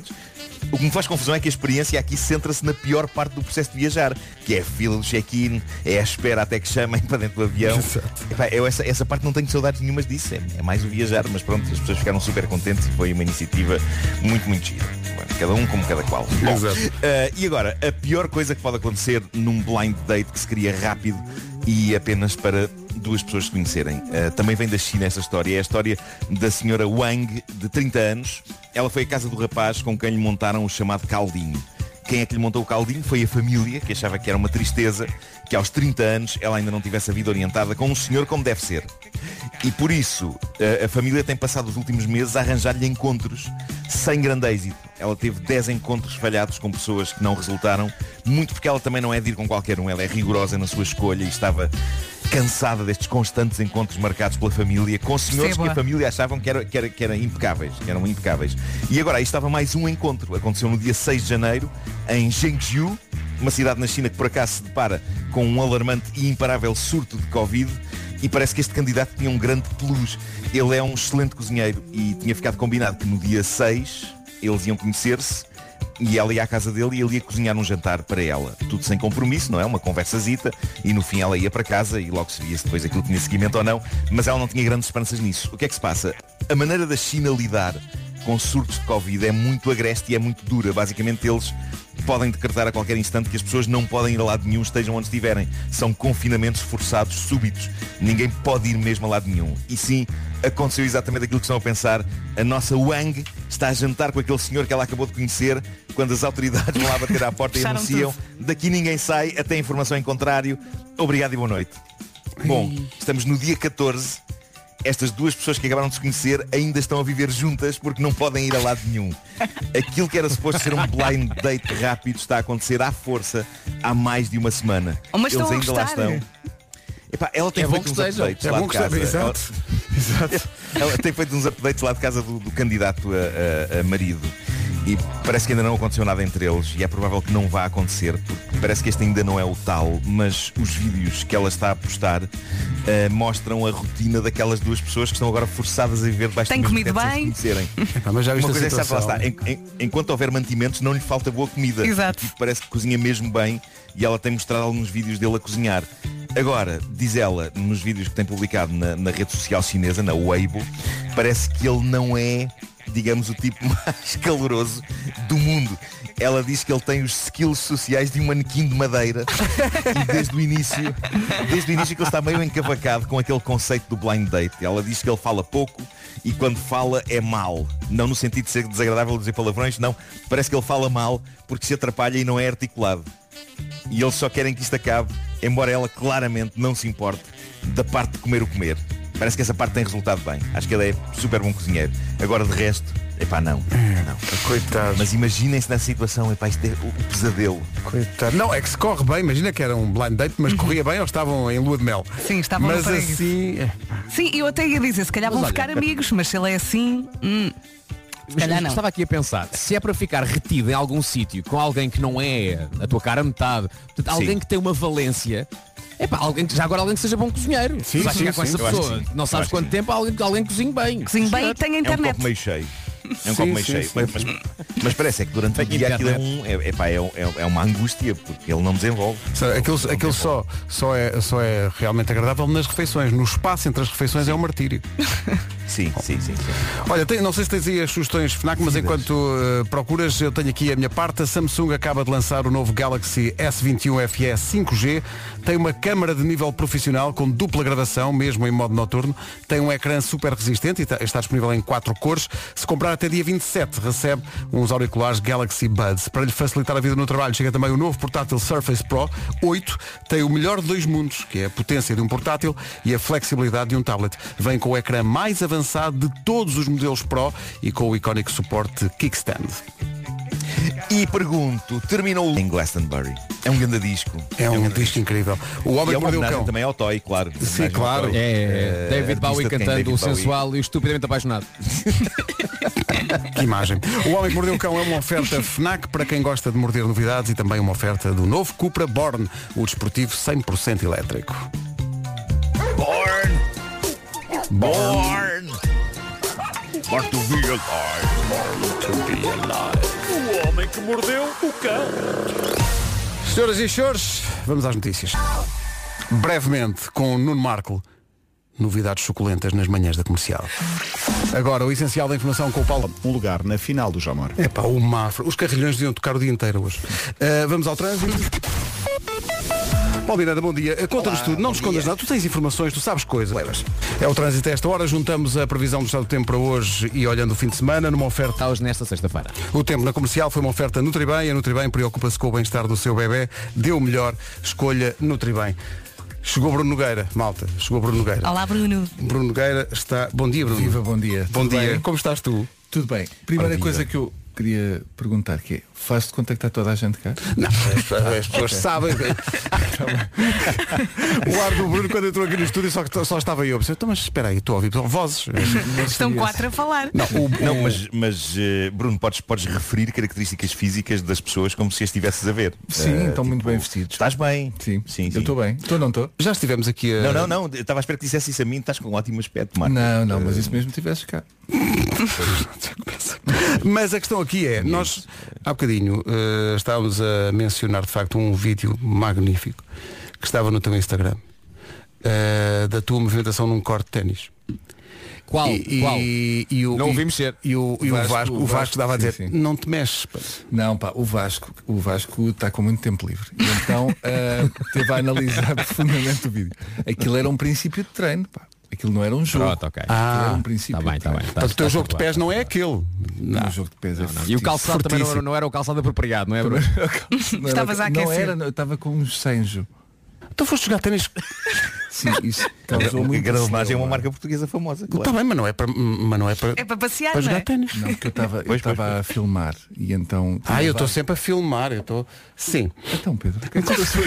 ficaram contentes. O que me faz confusão é que a experiência aqui centra-se na pior parte do processo de viajar, que é a fila do check-in, é a espera até que chamem *laughs* para dentro do avião. Exato. Epá, eu essa, essa parte não tenho saudades nenhumas disso, é, é mais o viajar, mas pronto, as pessoas ficaram super contentes e foi uma iniciativa muito, muito gira. Bom, Cada um como cada qual. Bom, Exato. ah, e agora, a pior coisa que pode acontecer num blind date que se cria rápido e apenas para duas pessoas se conhecerem. Ah, também vem da China esta história. É a história da senhora Wang, de 30 anos. Ela foi à casa do rapaz com quem lhe montaram o chamado caldinho. Quem é que lhe montou o caldinho foi a família, que achava que era uma tristeza que aos 30 anos ela ainda não tivesse a vida orientada com um senhor como deve ser. E por isso, a, a família tem passado os últimos meses a arranjar-lhe encontros sem grande êxito. Ela teve 10 encontros falhados com pessoas que não resultaram, muito porque ela também não é de ir com qualquer um, ela é rigorosa na sua escolha e estava cansada destes constantes encontros marcados pela família, com senhores que Percebo-a. a família achavam que, era, que, era, que eram impecáveis, que eram impecáveis. E agora aí estava mais um encontro. Aconteceu no dia 6 de janeiro, em Zhengzhou, uma cidade na China que por acaso se depara com um alarmante e imparável surto de Covid. E parece que este candidato tinha um grande plus. Ele é um excelente cozinheiro e tinha ficado combinado que no dia 6 eles iam conhecer-se E ela ia à casa dele e ele ia cozinhar um jantar para ela. Tudo sem compromisso, não é? Uma conversazita. E no fim ela ia para casa e logo se via se depois aquilo tinha seguimento ou não. Mas ela não tinha grandes esperanças nisso. O que é que se passa? A maneira da China lidar com surtos de Covid é muito agreste e é muito dura. Basicamente eles podem decretar a qualquer instante que as pessoas não podem ir a lado nenhum, estejam onde estiverem. São confinamentos forçados, súbitos. Ninguém pode ir mesmo a lado nenhum. E sim, aconteceu exatamente aquilo que estão a pensar. A nossa Wang está a jantar com aquele senhor que ela acabou de conhecer, quando as autoridades vão lá bater à porta e Fecharam anunciam, daqui ninguém sai, até informação em contrário. Obrigado e boa noite. Bom, estamos no dia 14. Estas duas pessoas que acabaram de se conhecer ainda estão a viver juntas porque não podem ir a lado nenhum. Aquilo que era suposto ser um blind date rápido está a acontecer à força há mais de uma semana. Mas Eles estão a ainda lá gostar. estão. Epá, ela tem É bom feito que uns estejam. updates É lá bom de que casa. estejam, Ela- ela tem feito uns updates lá de casa do, do candidato a, a- a marido e parece que ainda não aconteceu nada entre eles e é provável que não vá acontecer porque parece que este ainda não é o tal, mas os vídeos que ela está a postar eh, mostram a rotina daquelas duas pessoas que estão agora forçadas a viver debaixo Tem do comido mesmo teto sem se bem? conhecerem. Epá, mas já viste Uma a coisa é certa, lá situação? está. En- en- enquanto houver mantimentos não lhe falta boa comida. Exato. E parece que cozinha mesmo bem e ela tem mostrado alguns vídeos dele a cozinhar. Agora, diz ela, nos vídeos que tem publicado na, na rede social chinesa, na Weibo, parece que ele não é, digamos, o tipo *laughs* mais caloroso do mundo. Ela diz que ele tem os skills sociais de um manequim de madeira e desde o início, desde o início que ele está meio encavacado com aquele conceito do blind date. Ela diz que ele fala pouco e quando fala é mal. Não no sentido de ser desagradável dizer palavrões, não. Parece que ele fala mal porque se atrapalha e não é articulado. E eles só querem que isto acabe, embora ela claramente não se importe da parte de comer o comer. Parece que essa parte tem resultado bem. Acho que ele é super bom cozinheiro. Agora de resto, epá não. não. Coitado. Mas imaginem-se nessa situação, epá, isto é o o pesadelo. Coitado. Não, é que se corre bem, imagina que era um blind date, mas corria bem ou estavam em lua de mel. Sim, estavam no Mas paraíso. assim. Sim, eu até ia dizer, se calhar Mas vão olha- ficar amigos, mas se ele é assim, hum, se calhar não. Estava aqui a pensar, se é para ficar retido em algum sítio com alguém que não é a tua cara metade, portanto, alguém que tem uma valência, é para alguém que já agora alguém que seja bom cozinheiro. Sim, Vai sim, ficar com sim. essa Eu acho que pessoa. sim. Não Eu sabes acho que quanto tempo alguém, alguém cozinha bem. Cozinhe bem e tem É um copo meio cheio. É um Sim, copo meio sim, cheio. sim. Mas, mas- mas parece é que durante o Tem dia aquilo é, internet. um, é, é, pá, é, um- é- é uma angústia, porque ele não desenvolve. Sabe, Aquilo, aquilo só, só, é, só é realmente agradável nas refeições. No espaço entre as refeições é um martírio. Sim, sim, sim. Olha, tem- não sei se tens aí as sugestões FNAC, mas enquanto eh, procuras, eu tenho aqui a minha parte. A Samsung acaba de lançar o novo Galaxy S21 FE 5G. Tem uma câmara de nível profissional com dupla gradação, mesmo em modo noturno. Tem um ecrã super resistente e tá- está disponível em quatro cores. Se comprar até dia 27, recebe uns auriculares Galaxy Buds. Para lhe facilitar a vida no trabalho, chega também o novo portátil Surface Pro 8. Tem o melhor de dois mundos, que é a potência de um portátil e a flexibilidade de um tablet. Vem com o ecrã mais avançado de todos os modelos Pro e com o icónico suporte Kickstand. E pergunto, terminou o em Glastonbury? É um grande disco. É um disco incrível. O Homem e que é Mordeu uma o homenagem Cão. também ao Toy, claro. Homenagem Sim, ao claro. Toy. É, Eh, David Bowie artista de quem cantando David o Bowie. sensual e o estupidamente apaixonado. Que imagem. O Homem que Mordeu o Cão é uma *laughs* oferta FNAC para quem gosta de morder novidades e também uma oferta do novo Cupra Born, o desportivo 100% elétrico. Born! Born! Born to be alive! Born to be alive! O homem que mordeu o cão. Senhoras e senhores, vamos às notícias. Brevemente, com o Nuno Marco, novidades suculentas nas manhãs da comercial. Agora, o essencial da informação com o Paulo. Um lugar na final do Jamor. É pá, o Mafra. Os carrilhões deviam tocar o dia inteiro hoje. Uh, vamos ao trânsito. Paulo Miranda, bom dia. Uh, Conta-nos tudo, não escondas nada. Tu tens informações, tu sabes coisas. É o trânsito a esta hora. Juntamos a previsão do estado do tempo para hoje e olhando o fim de semana numa oferta. Hoje nesta sexta-feira. O tempo na comercial foi uma oferta Nutribem. A Nutribem preocupa-se com o bem-estar do seu bebê. Deu o melhor. Escolha Nutribem. Chegou Bruno Nogueira, malta. Chegou Bruno Nogueira. Olá, Bruno. Bruno Nogueira está. Bom dia, Bruno. Viva, bom dia. Bom Tudo dia. bem? Como estás tu? Tudo bem. Primeira Ora, viva. coisa que eu queria perguntar que é, faz-te contactar toda a gente cá? Não, as pessoas sabem. *laughs* O ar do Bruno quando entrou aqui no estúdio só, só estava eu. Eu Pensei, então, mas espera aí, estou a ouvir são vozes. Estão quatro a falar. Não, mas, mas, eh, Bruno, podes, podes referir características físicas das pessoas como se as estivesses a ver. Sim, Eh, estão muito bem vestidos. Estás bem? Sim, sim, Eu estou bem. Estou ou não estou? Já estivemos aqui Não, não, não, eu estava à espera que dissesse isso a mim, estás com um ótimo aspecto, Marco. Não, não, mas isso mesmo tivesse cá. *laughs* Mas a questão aqui é, nós há bocadinho eh, estávamos a mencionar de facto um vídeo magnífico que estava no teu Instagram eh, da tua movimentação num corte de ténis. Qual? E, Qual? E, e o, Não o vi mexer. E o, e o Vasco, o Vasco, estava a dizer, não te mexes. Não, pá, o Vasco, o Vasco está com muito tempo livre. E então ah, teve a analisar profundamente o vídeo. Aquilo era um princípio de treino, pá. Aquilo não era um jogo. Pronto, ok. Aquilo era Ah, um princípio tá bem, de tá treino. bem. Tá- Portanto, o teu tá jogo de pés não é aquele. O jogo de pés é E o calçado também não, era- não era o calçado apropriado, não é? Bruno? Não era- Estavas a Não aquecer. era, não, eu estava com um senjo. Tu "Então foste jogar ténis. Sim, isso causou muito. Grande imagem é uma ciúme. marca portuguesa famosa. Tá Claro. Está bem, mas não é para. Mas não é para... É para passear, Para não jogar é? ténis. Não, porque eu estava eu estava a filmar e então. Ah, eu estou sempre a filmar, eu estou. Sim. Então, Pedro, o que é que aconteceu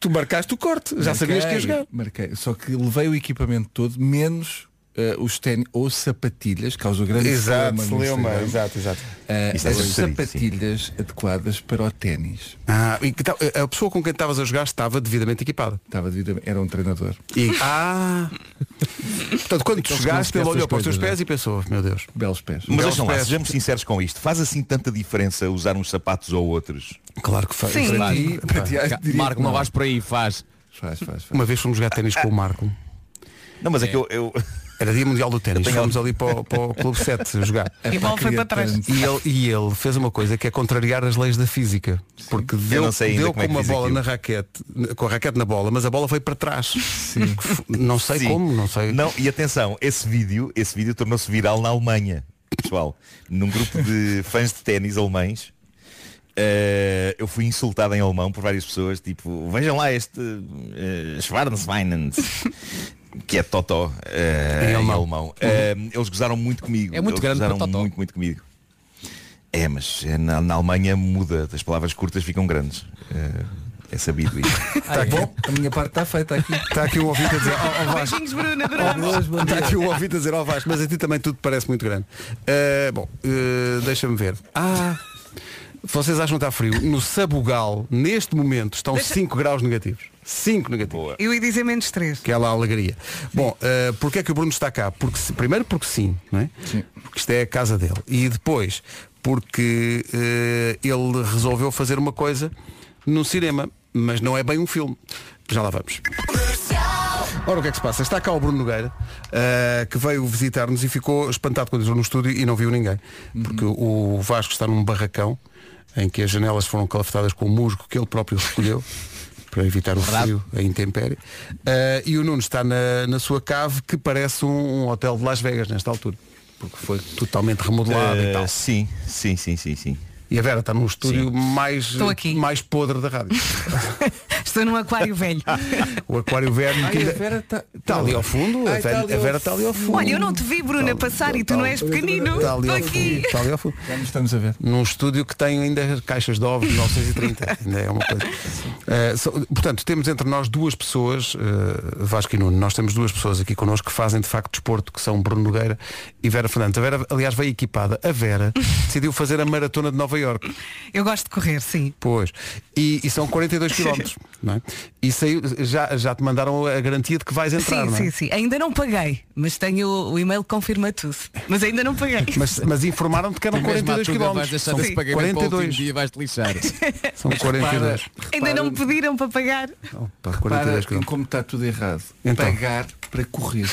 tu marcaste o corte, já sabias que ia jogar. Marquei, só que levei o equipamento todo, menos eh, os ténis ou sapatilhas, causou grande é Exato, celeuma no celeuma, Instagram. exato, exato. Eh, Isso é as justo, sim. sapatilhas adequadas para o ténis. Ah, e que tal- a pessoa com quem estavas a jogar estava devidamente equipada. Estava devidamente, era um treinador. E, ah! Portanto, quando tu Aqueles que não chegaste, esquecem ele olhou as para os teus coisas, pés e pensou, "Oh, meu Deus. Belos pés. Mas Belos deixam lá, pés. sejamos sinceros com isto. Faz assim tanta diferença usar uns sapatos ou outros? Claro que faz. Sim. Para ti- para ti, Ca- diria que Marco, não vais por aí, faz. Faz, faz, faz. Uma vez fomos jogar ténis com o Marco. Não, mas é, que eu, eu- Era dia mundial do ténis. Eu tenho- Fomos ali para o, para o Clube 7 jogar. E a bola foi para trás. E ele, e ele fez uma coisa que é contrariar as leis da física. Porque deu, não sei ainda deu como com é que uma diz bola aquilo. na raquete, com a raquete na bola, mas a bola foi para trás. Não sei Sim. como, não sei. Não, e atenção, esse vídeo, esse vídeo tornou-se viral na Alemanha, pessoal. Num grupo de fãs de ténis alemães, eh, eu fui insultado em alemão por várias pessoas, tipo, vejam lá este uh, que é Totó eh, Em em alemão. alemão. Eh, eles gozaram muito comigo. É muito eles grande para gozaram Totó. muito, muito comigo. É, mas eh, na, na Alemanha muda, as palavras curtas ficam grandes. Eh, é sabido isso. Tá bom, a minha parte está feita aqui. Está aqui um ouvido a dizer, ó, ó Vasco. Beijinhos, Bruno, adoramos. Boas, bom Está dia. aqui um ouvido a dizer, ó Vasco, mas a ti também tudo parece muito grande. Eh, bom, eh, deixa-me ver. Ah, vocês acham que está frio? No Sabugal, neste momento, estão 5 graus negativos. 5 negativos. Boa. Eu ia dizer *laughs* menos três. que é lá a alegria. Bom, eh, porque é que o Bruno está cá? Porque, se- primeiro porque sim, não é? Sim. Porque isto é a casa dele. E depois porque eh, ele resolveu fazer uma coisa no cinema, mas não é bem um filme. Já lá vamos. Ora, o que é que se passa? Está cá o Bruno Nogueira, eh, que veio visitar-nos e ficou espantado quando entrou no estúdio e não viu ninguém. Porque o Vasco está num barracão em que as janelas foram calafetadas com o musgo que ele próprio recolheu para evitar o frio, a intempérie. Eh, e o Nuno está na, na sua cave que parece um, um hotel de Las Vegas nesta altura. Porque foi totalmente remodelado e Eh, tal. sim, sim, sim, sim, sim. E a Vera está num estúdio mais, Estou aqui. mais podre da *laughs* rádio. Estou num aquário velho. O aquário verde é que ainda- tá- está está ali ao fundo. a Vera- a Vera está ali ao fundo. Olha, eu não te vi, Bruno, a passar e tu não és pequenino. Está ali Estou ao fundo. aqui. Está ali ao fundo. Já nos estamos a ver. num estúdio que tem ainda as caixas de ovos de *laughs* 930. ainda é uma coisa. Eh, so- portanto, temos entre nós duas pessoas, eh, Vasco e Nuno, nós temos duas pessoas aqui connosco que fazem de facto desporto, que são Bruno Nogueira e Vera Fernandes. A Vera, aliás, veio equipada. A *laughs* Vera decidiu fazer a maratona de Nova Iorque. Eu gosto de correr, sim. Pois. E, e são *laughs* 42 quilómetros não é? E saiu, já, já te mandaram a garantia de que vais entrar, sim, não é? sim, sim. Ainda não paguei, mas tenho o o e-mail que confirma tudo. Mas ainda não paguei. Mas, mas informaram-te que eram Mesmo à 42 tuga, vais quilómetros deixar São esse pagamento para o último 42. dia e vais-te lixar. São 42. ainda não me pediram para pagar. Opa, 42 Para em quilómetros. como está tudo errado. Então. Pagar *laughs* para correr.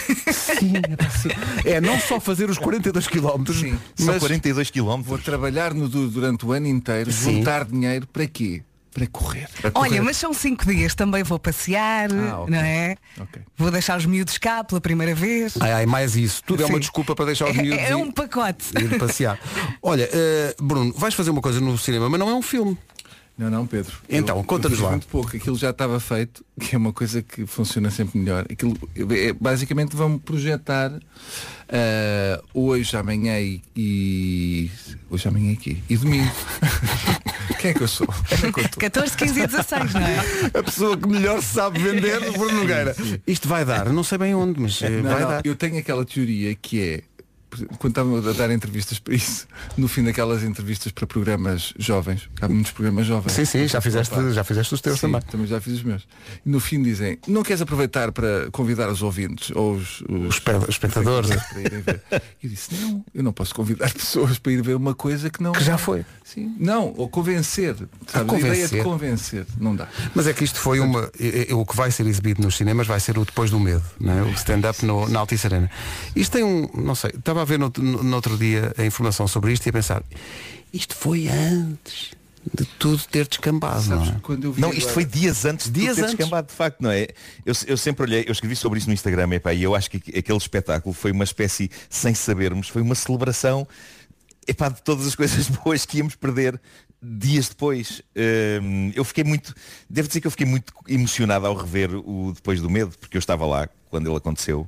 É não só fazer os 42 quilómetros, Sim. São mas 42 Vou quilómetros. trabalhar no duro durante o ano inteiro, Sim. juntar dinheiro para quê? Para correr. Olha, mas são cinco dias, também vou passear, Ah, ok. não é? Ok. Ah, Vou deixar os miúdos cá pela primeira vez. Ai, ai, mais isso. Tudo é uma Sim. desculpa para deixar os miúdos É, é um ir- pacote. ir passear. Olha, eh, Bruno, vais fazer uma coisa no cinema, mas não é um filme. Não, não, Pedro. Então, Eu- conta-nos eu fiz lá. Muito pouco, aquilo já estava feito, *laughs* que é uma coisa que funciona sempre melhor. Aquilo, é, basicamente vão projetar ah, hoje, amanhã e, e- Hoje, amanhã e quê? E domingo. Quem é que eu sou? Onde é que eu estou? 14, 15 e 16, não *laughs* é? A pessoa que melhor sabe vender, Bruno Nogueira. Isto vai dar, não sei bem onde, mas eh, Não, vai não, dar. eu tenho aquela teoria que é por exemplo, quando estavam a dar entrevistas para isso, no fim daquelas entrevistas para programas jovens, há muitos programas jovens. Sim, sim, já fizeste- já fizeste os teus Sim, também. Também já fiz os meus. E no fim dizem, não queres aproveitar para convidar os ouvintes ou os, os, espectadores. eh, para irem ver? *laughs* E eu disse, não, eu não posso convidar *laughs* pessoas para ir ver uma coisa que não. Que já foi. Sim. Não, ou convencer. Sabe? A ideia é de convencer. convencer. Não dá. Mas é que isto foi uma. e- e- O que vai ser exibido nos cinemas vai ser o Depois do Medo, não é? o stand-up no- na Altice Arena. Isto tem um. Não sei, estava a ver no, no- no outro dia a informação sobre isto e a pensar, isto foi antes de tudo ter descambado. Não, é? quando eu Não, isto foi dias antes de Dias dias ter antes. descambado, de facto, não é? Eu, eu sempre olhei, eu escrevi sobre isso no Instagram, epá, e eu acho que aquele espetáculo foi uma espécie, sem sabermos, foi uma celebração epá, de todas as coisas *laughs* boas que íamos perder dias depois. Hum, eu fiquei muito, devo dizer que eu fiquei muito emocionado ao rever o Depois do Medo, porque eu estava lá quando ele aconteceu.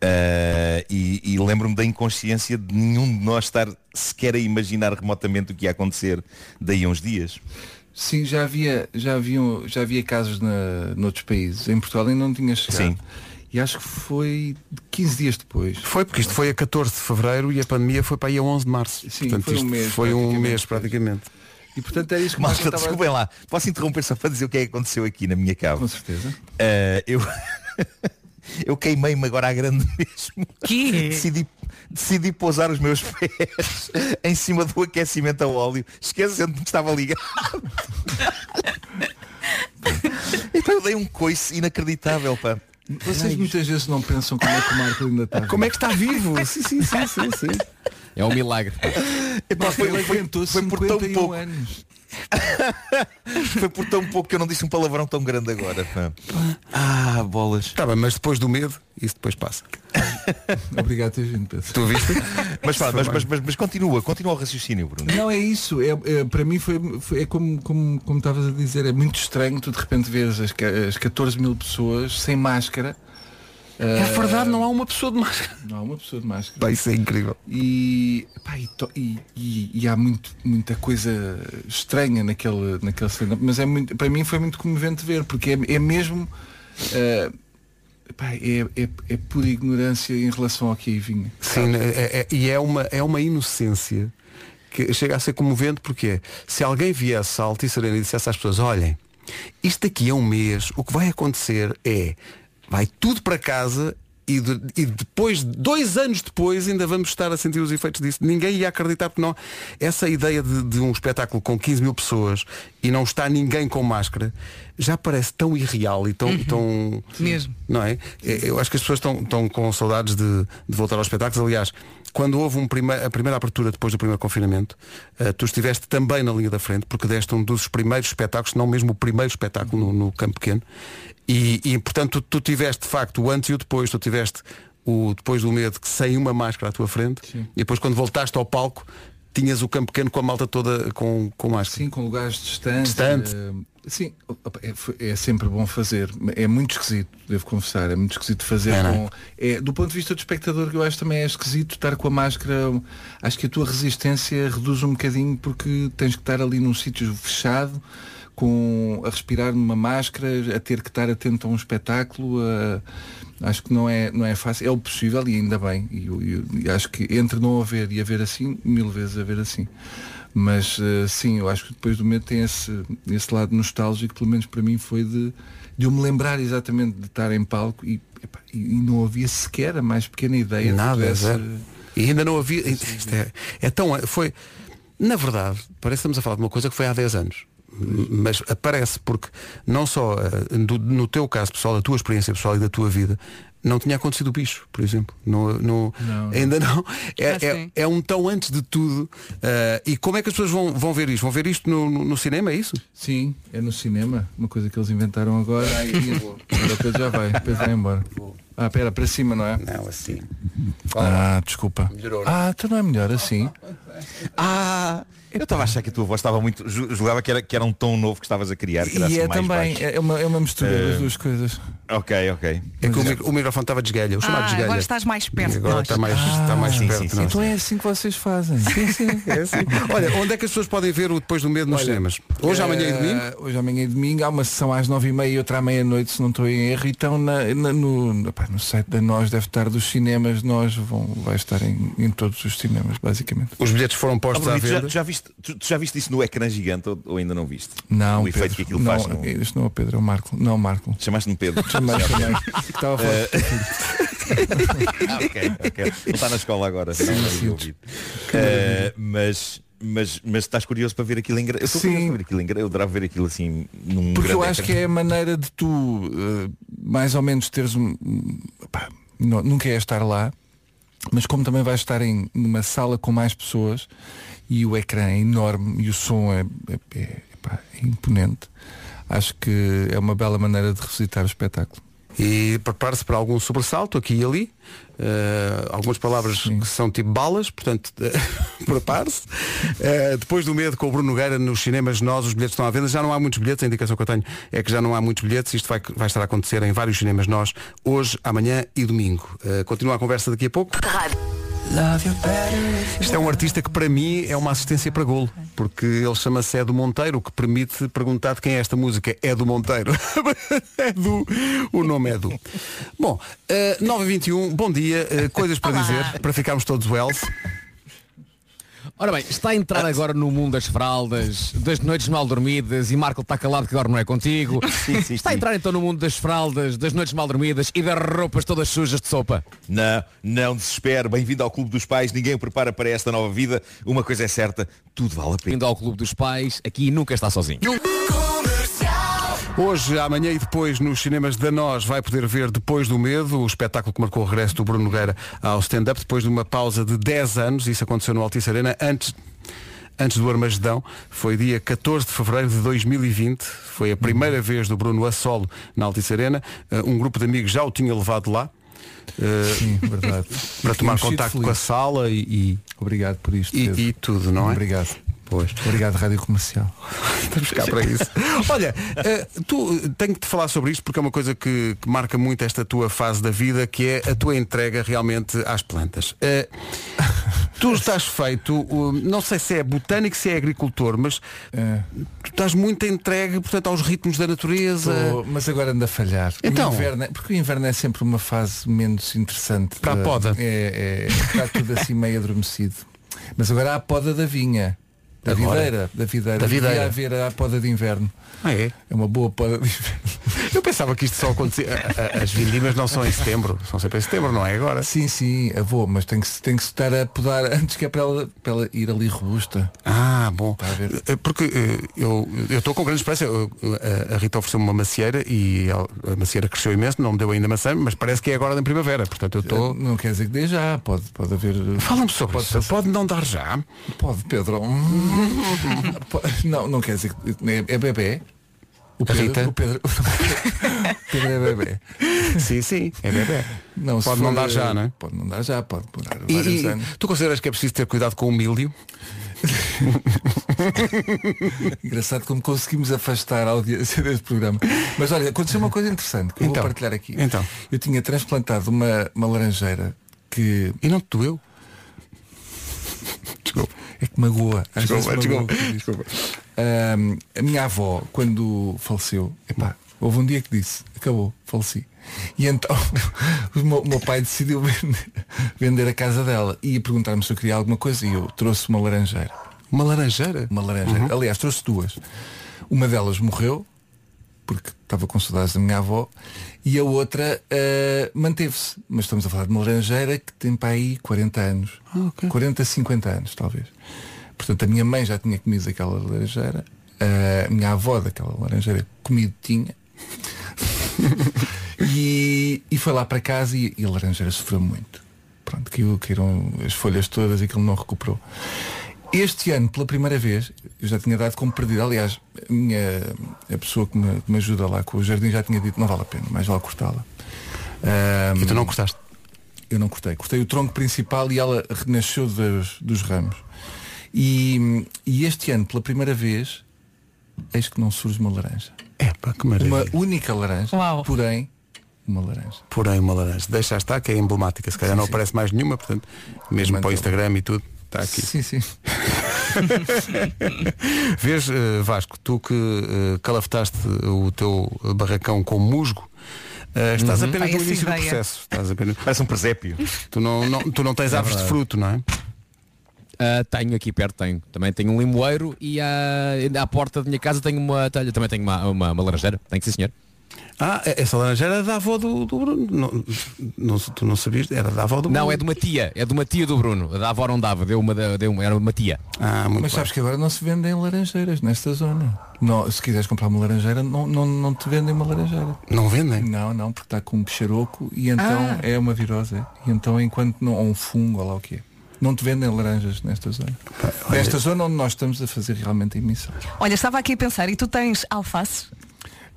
Ah, e e lembro-me da inconsciência de nenhum de nós estar sequer a imaginar remotamente o que ia acontecer daí a uns dias. Sim, já havia, já haviam, já havia casos na, noutros países. Em Portugal ainda não tinha chegado. Sim. E acho que foi 15 dias depois. Foi porque isto foi a 14 de fevereiro e a pandemia foi para aí a 11 de março. Sim, foi um isto mês, Foi um praticamente. mês praticamente. E portanto é isso que Malta, Marco estava- desculpem lá, posso interromper só para dizer o que é que aconteceu aqui na minha cava. Com certeza. eu *laughs* eu queimei-me agora à grande mesmo. É. Que? Decidi, decidi pousar os meus pés *laughs* em cima do aquecimento a óleo, esquecendo que estava *laughs* ligado. então eu dei um coice inacreditável, pá. Vocês muitas vezes não pensam como é que o Marco ainda está. Como é que está *laughs* vivo? sim, sim, sim, sim, sim. É um milagre. Epá, foi, Ele foi, aguentou foi por tão 51 pouco. anos. foi por tão pouco que eu não disse um palavrão tão grande agora. pá. Ah, bolas. Está Tá bem, mas depois do medo, isso depois passa. Obrigado, ter vindo, Pedro. Tu *laughs* viste? Mas, pá, mas, mas, mas- mas continua, continua o raciocínio, Bruno. Não é isso, é, é- para mim foi, foi- é como, como, como estavas a dizer, é muito estranho tu de repente veres as, ca- as 14 mil pessoas sem máscara. É verdade, não há uma pessoa de máscara. Não há uma pessoa de máscara. Pá, isso é incrível. E, pá, e, to- e- e- e há muito, muita coisa estranha naquele, naquele stand mas é muito, para mim foi muito comovente ver, porque é, é mesmo ah, pá, é, é, é pura ignorância em relação ao que aí vinha. Sim, é- é- e é uma, é uma inocência que chega a ser comovente porque é, se alguém viesse à Altice Arena e dissesse às pessoas, olhem, isto daqui a um mês, o que vai acontecer é, vai tudo para casa e, de- e depois, dois anos depois, ainda vamos estar a sentir os efeitos disso. Ninguém ia acreditar porque não. Essa ideia de, de um espetáculo com 15 mil pessoas e não está ninguém com máscara já parece tão irreal e tão, tão Mesmo. não é? É, Eu acho que as pessoas estão, estão com saudades de, de voltar aos espetáculos. Aliás, quando houve um prime- a primeira abertura depois do primeiro confinamento, eh, tu estiveste também na linha da frente, porque deste um dos primeiros espetáculos, se não mesmo o primeiro espetáculo no, no Campo Pequeno. E, e, portanto, tu, tu tiveste, de facto, o antes e o depois, tu tiveste o depois do medo, que sem uma máscara à tua frente, e depois quando voltaste ao palco, tinhas o Campo Pequeno com a malta toda com, com máscara. Sim, com lugares distantes. Distante. eh, sim, opa, é, foi- é sempre bom fazer. É muito esquisito, devo confessar, é muito esquisito fazer É, não é? com. É, do ponto de vista do espectador, que eu acho também é esquisito estar com a máscara. Acho que a tua resistência reduz um bocadinho porque tens que estar ali num sítio fechado. Com, a respirar numa máscara, a ter que estar atento a um espetáculo, a- acho que não é, não é fácil, é o possível e ainda bem. E, eu- eu- e acho que entre não haver e haver assim, mil vezes haver assim. Mas eh, sim, eu acho que depois do medo tem esse, esse lado nostálgico, pelo menos para mim foi de, de eu me lembrar exatamente de estar em palco e, epá, e- e não havia sequer a mais pequena ideia Nada, de que pudesse- zero. E ainda não havia. Isto é, é tão. Foi. Na verdade, parece que estamos a falar de uma coisa que foi há 10 anos. M- Mas aparece porque não só eh, do- no teu caso pessoal, da tua experiência pessoal e da tua vida, não tinha acontecido o bicho, por exemplo. No, no- Não, não. Ainda não. É, Ah, é- sim. é um tão antes de tudo. eh, e como é que as pessoas vão, vão ver isto? Vão ver isto no, no- no cinema, é isso? Sim, é no cinema, uma coisa que eles inventaram agora. Ai, é agora o Pedro já vai, o Pedro vai embora. Ah, pera, para cima, não é? Não, assim. Ah, desculpa. Ah, então não é melhor assim. Ah, Eu estava a achar que a tua voz estava muito. ju- Julgava que era, que era um tom novo que estavas a criar. Que era E assim é mais também, baixo. é uma, é uma mistura Eh, das duas coisas. Ok, ok. É que o, micro- o microfone estava de esgalha, o chamado Ah, de esgalha. agora estás mais perto de Agora nós. está mais, está mais sim, perto sim, de sim. nós. Então é assim que vocês fazem. Sim, sim, é assim. *laughs* Olha, onde é que as pessoas podem ver o Depois do Medo nos cinemas? Hoje, amanhã e domingo? Eh, Hoje, amanhã e domingo. Há uma sessão às nove e meia e outra à meia-noite, se não estou em erro. Então na, na- no, no- pá, no site da Nós deve estar dos cinemas. Nós vão, vai estar em, em todos os cinemas, basicamente. Os bilhetes foram postos Oh, à Bruno, tu já, venda. tu já viste, tu, tu já viste isso no ecrã gigante ou, ou ainda não viste? Não, O efeito Pedro, que aquilo não, faz. No... Isto não é o Pedro, é o Marco. Não, Marco. Chamaste-me Pedro. Chamei, Já, chamei. *laughs* ok. Que estava a falar É Eh, com Ah, *laughs* ok, ok. Ele está na escola agora, o filho. senão não havia ouvido. Eh, mas, mas, mas estás curioso para ver aquilo em grande. Eu estou curioso para ver aquilo em grande. Eu adorava ver aquilo assim num Porque eu grande acho ecrã. que é a maneira de tu eh, mais ou menos teres um. um, pá, não- nunca é estar lá, mas como também vais estar em numa sala com mais pessoas e o ecrã é enorme e o som é, é- é- pá, é imponente, acho que é uma bela maneira de revisitar o espetáculo. E prepare-se para algum sobressalto aqui e ali. Eh, algumas palavras que são tipo balas, portanto, *laughs* eh, prepare-se. Eh, depois do medo com o Bruno Nogueira nos cinemas, nós os bilhetes estão à venda. Já não há muitos bilhetes, a indicação que eu tenho é que já não há muitos bilhetes. Isto vai, vai estar a acontecer em vários cinemas, nós, hoje, amanhã e domingo. Eh, continua a conversa daqui a pouco. Isto é um artista que para mim é uma assistência para golo, porque ele chama-se Edu Monteiro, o que permite perguntar de quem é esta música. É do Monteiro. *laughs* é do. O nome é do. Bom, eh, 9h21, bom dia, eh, coisas para dizer, para ficarmos todos wells. Ora bem, está a entrar agora no mundo das fraldas, das noites mal dormidas e Marco está calado que agora não é *laughs* contigo. está a entrar então no mundo das fraldas, das noites mal dormidas e das roupas todas sujas de sopa. Não, não desespero. Bem-vindo ao Clube dos Pais. Ninguém o prepara para esta nova vida. Uma coisa é certa, tudo vale a pena. Bem-vindo ao Clube dos Pais. Aqui nunca está sozinho. Hoje, amanhã e depois nos cinemas da Nós vai poder ver Depois do Medo, o espetáculo que marcou o regresso do Bruno Nogueira ao stand-up depois de uma pausa de 10 anos, isso aconteceu no Altice Arena antes antes do Armagedão, foi dia 14 de fevereiro de 2020, foi a primeira vez do Bruno a solo na Altice Arena, Eh, um grupo de amigos já o tinha levado lá. eh, Para tomar Tínhamos sido contacto com a felizes. sala e, e- Obrigado por isto. E- Pedro. e tudo, não é? Obrigado. Pois. Obrigado, Rádio Comercial. Estamos cá para isso. Olha, eh, tu eh, tenho que te falar sobre isto porque é uma coisa que, que marca muito esta tua fase da vida, que é a tua entrega realmente às plantas. Eh, tu estás feito, eh, não sei se é botânico, se é agricultor, mas tu estás muito entregue, portanto, aos ritmos da natureza. Tô- mas agora anda a falhar. Então? O inverno é- porque o inverno é sempre uma fase menos interessante. Para a da- poda. É, é, está tudo assim meio adormecido. Mas agora há a poda da vinha. Da Agora? videira. Da videira. Da videira. Devia haver a poda de inverno. é? uma boa poda de inverno. Eu pensava que isto só acontecia. a- a- As vindimas não são em setembro, são sempre em setembro, não é agora? *laughs* Sim, sim, avô, mas tem que, se- tem que se estar a podar antes que é para ela, para ela ir ali robusta. Ah, bom. Eh, Porque eh, eu eu estou com grande esperança. Eu, eh, a Rita ofereceu-me uma macieira e ela- a macieira cresceu imenso, não me deu ainda maçã, mas parece que é agora na primavera. Portanto, eu estou. Eh, Não quer dizer que dê já, pode, pode haver. eh, Fala-me sobre pode isso. Pode não dar já? Pode, *laughs* Pedro. Po- não, não quer dizer que. É, é bebê. O Pedro, Rita? o Pedro, *laughs* o Pedro é bebê. Sim, sim, é bebê. Não, se Pode não for, eh, dar já, não é? Pode não dar já, pode durar E- vários e anos. tu consideras que é preciso ter cuidado com o milho? Engraçado como conseguimos afastar a audiência *laughs* deste programa. Mas olha, aconteceu uma coisa interessante que eu Então, vou partilhar aqui. então. Eu tinha transplantado uma, uma laranjeira que. E não te doeu? Desculpa. É que magoa. Às Desculpa, vezes magoa desculpa, o que diz. Ahm, a minha avó, quando faleceu, epá, houve um dia que disse, acabou, faleci. E então *laughs* o meu, o meu pai decidiu vender, vender a casa dela e ia perguntar-me se eu queria alguma coisa e eu trouxe uma laranjeira. Uma laranjeira? Uhum. Uma laranjeira. Aliás, trouxe duas. Uma delas morreu, porque estava com saudades da minha avó, e a outra ah, manteve-se. Mas estamos a falar de uma laranjeira que tem para aí 40 anos. Ah, 40, 50 anos, talvez. Portanto, a minha mãe já tinha comido daquela laranjeira, eh, a minha avó daquela laranjeira comido tinha. e, e foi lá para casa e, e a laranjeira sofreu muito. Pronto, caiu, caíram as folhas todas e aquilo não recuperou. Este ano, pela primeira vez, eu já tinha dado como perdido. Aliás, a, minha, a pessoa que me, que me ajuda lá com o jardim já tinha dito não vale a pena, mais vale cortá-la. Ahm, E tu não cortaste? Eu não cortei. Cortei o tronco principal e ela renasceu dos, dos ramos. E, e este ano, pela primeira vez, eis que não surge uma laranja. É, pá, que maravilha. Uma única laranja, porém, uma laranja. Porém, uma laranja. Deixa estar, que é emblemática. Se calhar Sim, não sim. aparece mais nenhuma, portanto, mesmo para o Instagram e tudo, está aqui. Sim, sim. Vês, eh, Vasco, tu que eh, calafetaste o teu barracão com musgo, eh, estás Uhum. apenas Ai, no essa início do ideia. processo. Estás apenas... Parece um presépio. Tu não, não, tu não tens É árvores de verdade. fruto, não é? Ah, tenho aqui perto, tenho. Também tenho um limoeiro e à, à porta da minha casa tenho uma talha, também tenho uma, uma, uma laranjeira. Tem que ser senhor. Ah, essa laranjeira era da avó do, do Bruno. Não, não- tu não sabias? Era da avó do Bruno. Não, é de uma tia, é de uma tia do Bruno. A Da avó não dava, deu uma, da- deu uma- era uma tia. Ah, muito Mas sabes que agora não se vendem laranjeiras nesta zona. Não, se quiseres comprar uma laranjeira, não, não, não te vendem uma laranjeira. Não vendem? Não, não, porque está com um peixaroco e então Ah. é uma virose. é. E então enquanto não. Ou um fungo, ou lá o que é. Não te vendem laranjas nesta zona. Nesta zona onde nós estamos a fazer realmente a emissão. Olha, estava aqui a pensar, e tu tens alfaces?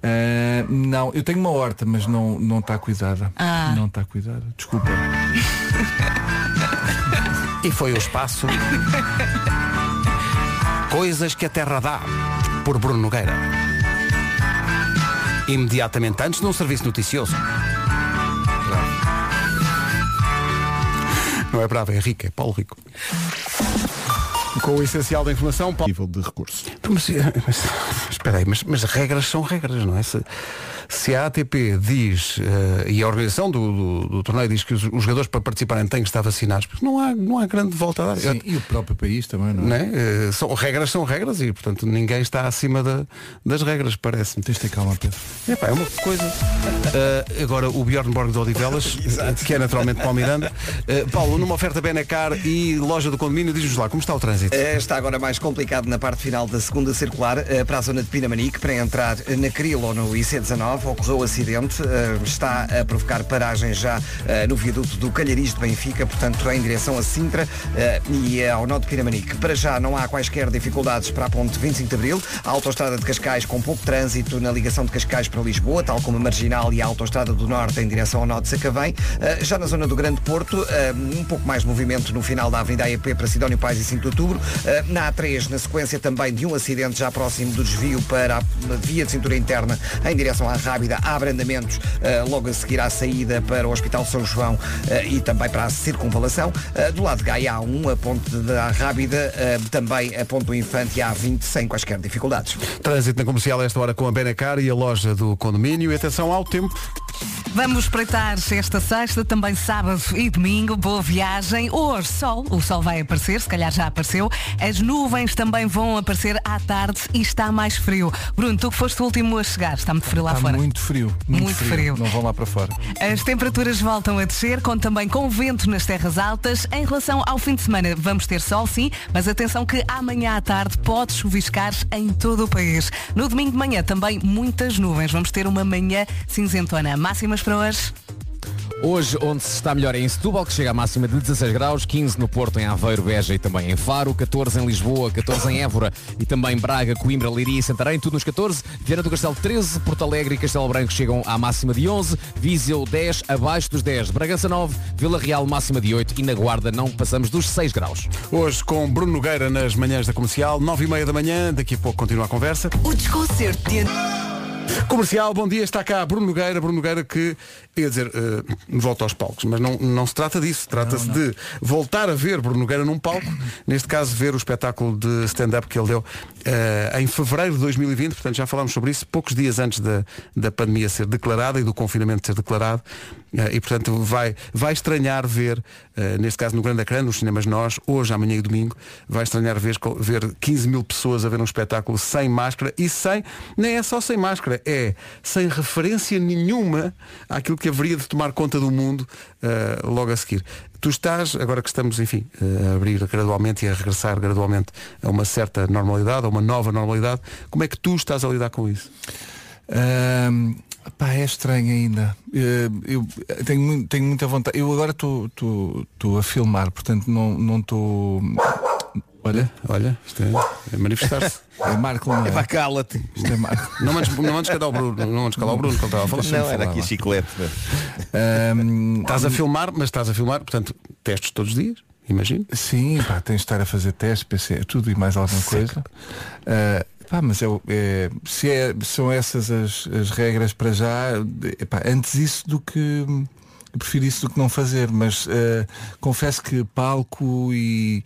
Ah, não, eu tenho uma horta, mas não não está cuidada. Ah. Não está cuidada. Desculpa. e foi o espaço. Coisas que a Terra dá, por Bruno Nogueira. Imediatamente antes num serviço noticioso. Não é bravo, é rico, é Paulo Rico. Com o essencial da informação, Paulo... Então, Nível de recurso. Mas, eh, mas, espera aí, mas, mas regras são regras, não é? Se, se a ATP diz, eh, e a organização do, do- do torneio diz que os, os jogadores para participarem têm que estar vacinados, porque não há, não há grande volta a dar. Sim, e o próprio país também, não é? Não é? Eh, são, regras são regras e, portanto, ninguém está acima da- das regras, parece-me. Tens de ter calma, Pedro. É, pá, é uma coisa. Eh, agora, o Bjorn Borg de Odivelas, que é naturalmente Paulo Miranda. Eh, Paulo, numa oferta Benacar e loja do condomínio, diz-nos lá, como está o trânsito? É. Eh, Está agora mais complicado na parte final da segunda circular eh, para a zona de Pinamanique, para entrar na Cril ou no IC19. Ocorreu acidente, eh, está a provocar paragem já eh, no viaduto do Calhariz de Benfica, portanto em direção a Sintra eh, e ao nó de Pinamanique. Para já não há quaisquer dificuldades para a ponte 25 de Abril, a autoestrada de Cascais com pouco trânsito na ligação de Cascais para Lisboa, tal como a Marginal e a autoestrada do Norte em direção ao nó de Sacavém. Eh, Já na zona do Grande Porto, eh, um pouco mais de movimento no final da Avenida AEP para Sidónio Pais e 5 de Outubro. Eh, Na A3, na sequência também de um acidente já próximo do desvio para a via de cintura interna em direção à Rábida, há abrandamentos eh, logo a seguir à saída para o Hospital São João eh, e também para a circunvalação. Eh, Do lado de Gaia A1, a ponte da Rábida, eh, também a ponte do Infante e a A20 sem quaisquer dificuldades. Trânsito na comercial a esta hora com a Benacar e a loja do condomínio. E atenção ao tempo. Vamos espreitar esta sexta, também sábado e domingo. Boa viagem. Hoje, sol. O sol vai aparecer, se calhar já apareceu. As nuvens também vão aparecer à tarde e está mais frio. Bruno, tu que foste o último a chegar, está muito frio lá Está fora. muito frio. Muito, Muito frio. Não vão lá para fora. As temperaturas voltam a descer, com também com vento nas terras altas. Em relação ao fim de semana, vamos ter sol, sim, mas atenção que amanhã à tarde pode chuviscar em todo o país. No domingo de manhã também muitas nuvens. Vamos ter uma manhã cinzentona. Máximas para hoje? Hoje, onde se está melhor é em Setúbal, que chega à máxima de 16 graus, 15 no Porto, em Aveiro, Beja e também em Faro, 14 em Lisboa, 14 em Évora e também Braga, Coimbra, Leiria e Santarém, tudo nos 14. Viana do Castelo 13, Porto Alegre e Castelo Branco chegam à máxima de 11, Viseu 10, abaixo dos 10, Bragança 9, Vila Real máxima de 8 e na Guarda não passamos dos 6 graus. Hoje com Bruno Nogueira nas manhãs da comercial, 9 e meia da manhã, daqui a pouco continua a conversa. O desconcerto de... Comercial, bom dia, está cá Bruno Nogueira, Bruno Nogueira que, ia dizer, eh, volta aos palcos, mas não, não se trata disso, trata-se de voltar a ver Bruno Nogueira num palco, neste caso ver o espetáculo de stand-up que ele deu eh, em fevereiro de 2020, portanto já falámos sobre isso, poucos dias antes da, da pandemia ser declarada e do confinamento ser declarado, eh, e portanto vai, vai estranhar ver, eh, neste caso no grande ecrã, nos cinemas nós, hoje, amanhã e domingo, vai estranhar ver, ver 15 mil pessoas a ver um espetáculo sem máscara e sem, nem é só sem máscara, é sem referência nenhuma àquilo que haveria de tomar conta do mundo eh, logo a seguir. Tu estás, agora que estamos, enfim, eh, a abrir gradualmente e a regressar gradualmente a uma certa normalidade, a uma nova normalidade, como é que tu estás a lidar com isso? Ahm, pá, é estranho ainda. Eh, Eu tenho, mui- tenho muita vontade. Eu agora estou- estou estou a filmar, portanto não não estou. Olha, olha, isto é, *laughs* manifestar-se. É Marco, não é? Epá, cala-te. Isto é Marco. Não mandes, não mandes calar o Bruno, não mandes calar o Bruno que ele estava a falar. Não, era aqui a chiclete. Estás a filmar, mas estás a filmar, portanto, testes todos os dias. imagino. Sim, pá, tens de estar a fazer testes, PC, tudo e mais alguma coisa. Ah, pá, mas é, o- é- se é- são essas as, as regras para já, eh, pá, antes isso do que. Eu prefiro isso do que não fazer, mas ah, confesso que palco e,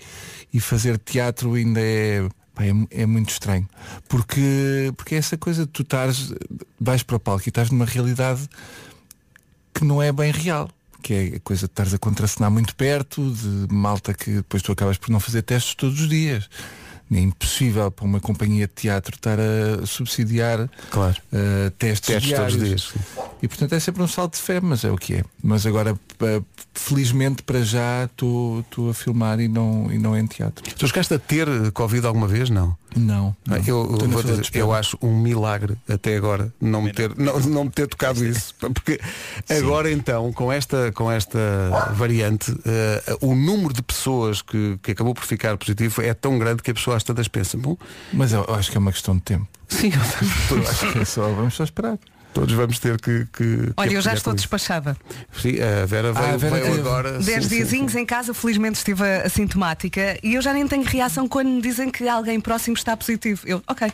e fazer teatro ainda é, pá, é, mu- é muito estranho. Porque, porque é essa coisa de tu estás, vais para o palco e estás numa realidade que não é bem real. Que é a coisa de estares a contracenar muito perto, de malta que depois tu acabas por não fazer testes todos os dias. É impossível para uma companhia de teatro estar a subsidiar eh, testes, Testes todos diários. os dias, E portanto é sempre um salto de fé, mas é o que é. Mas agora, pa- felizmente para já, estou estou a filmar e não, e não é em teatro. Tu chegaste a ter eh, Covid alguma vez? Não. Não. Ah, Eu, eu Estou na vou fila dizer, de espera. eu acho um milagre até agora não me ter, não, não me ter tocado isso. Porque agora então, com esta, com esta variante, eh, o número de pessoas que, que acabou por ficar positivo é tão grande que a pessoa às tantas pensa, bom, Mas eu acho que é uma questão de *laughs* tempo. Sim, eu acho que é só, vamos só esperar. Todos vamos ter que. que Olha, que eu já apanhar estou com isso. despachada. Sim, a Vera veio, Ah, a Vera veio teve. agora. Dez sim, sim, diazinhos em casa, felizmente estive a- assintomática e eu já nem tenho reação quando me dizem que alguém próximo está positivo. Eu, ok.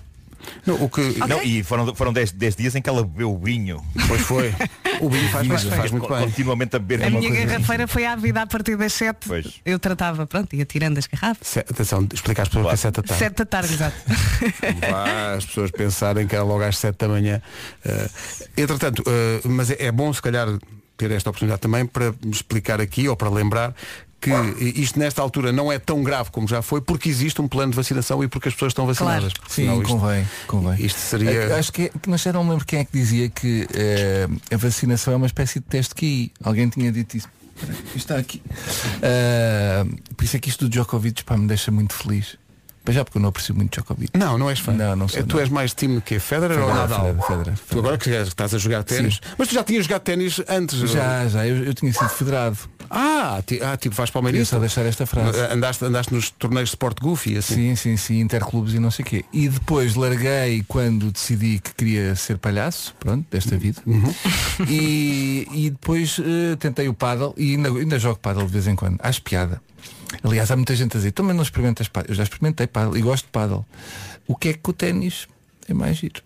Não, *laughs* o que... não, e foram, foram 10, dias em que ela bebeu o vinho. Pois foi. O vinho faz, Pois bem, faz muito bem. Continuamente a É beber assim. A vinho. minha assim. garrafeira foi à vida a partir das 7. Pois. Eu tratava, pronto, ia tirando as garrafas. Se- Atenção, explica às pessoas que é 7 da tarde. 7 da tarde, exato. Vá, as pessoas pensarem que era logo às 7 da manhã. Eh, entretanto, eh, mas é, é bom se calhar ter esta oportunidade também para explicar aqui ou para lembrar que isto nesta altura não é tão grave como já foi porque existe um plano de vacinação e porque as pessoas estão vacinadas. Porque Sim, senão isto- convém, convém. Isto seria. Eh, Acho que, é- que não sei, não me lembro quem é que dizia que eh, a vacinação é uma espécie de teste QI. Alguém tinha dito isso. Espera, isto Está aqui. Eh, por isso é que isto do Djokovic pá, me deixa muito feliz. Mas já porque eu não aprecio muito Djokovic. Não, não és fã. Não, não sou, tu não. és mais time que Federer ou Federer, Nadal? Federer, Federer, Tu agora que já estás a jogar ténis. Mas tu já tinhas jogado ténis antes. eh? Já, já, eu, eu tinha sido federado. Ah, ti- ah, tipo, vais para o Eh, Queria só deixar um esta frase. Andaste, andaste nos torneios de Sport Goofy assim. Sim, sim, sim, interclubes e não sei o quê. E depois larguei quando decidi que queria ser palhaço, pronto, desta vida. Uhum. E, e depois eh, tentei o paddle e ainda, ainda jogo paddle de vez em quando. Acho piada. Aliás, há muita gente a dizer, também não experimentas paddle. Eu já experimentei paddle e gosto de paddle. O que é que o ténis é mais giro?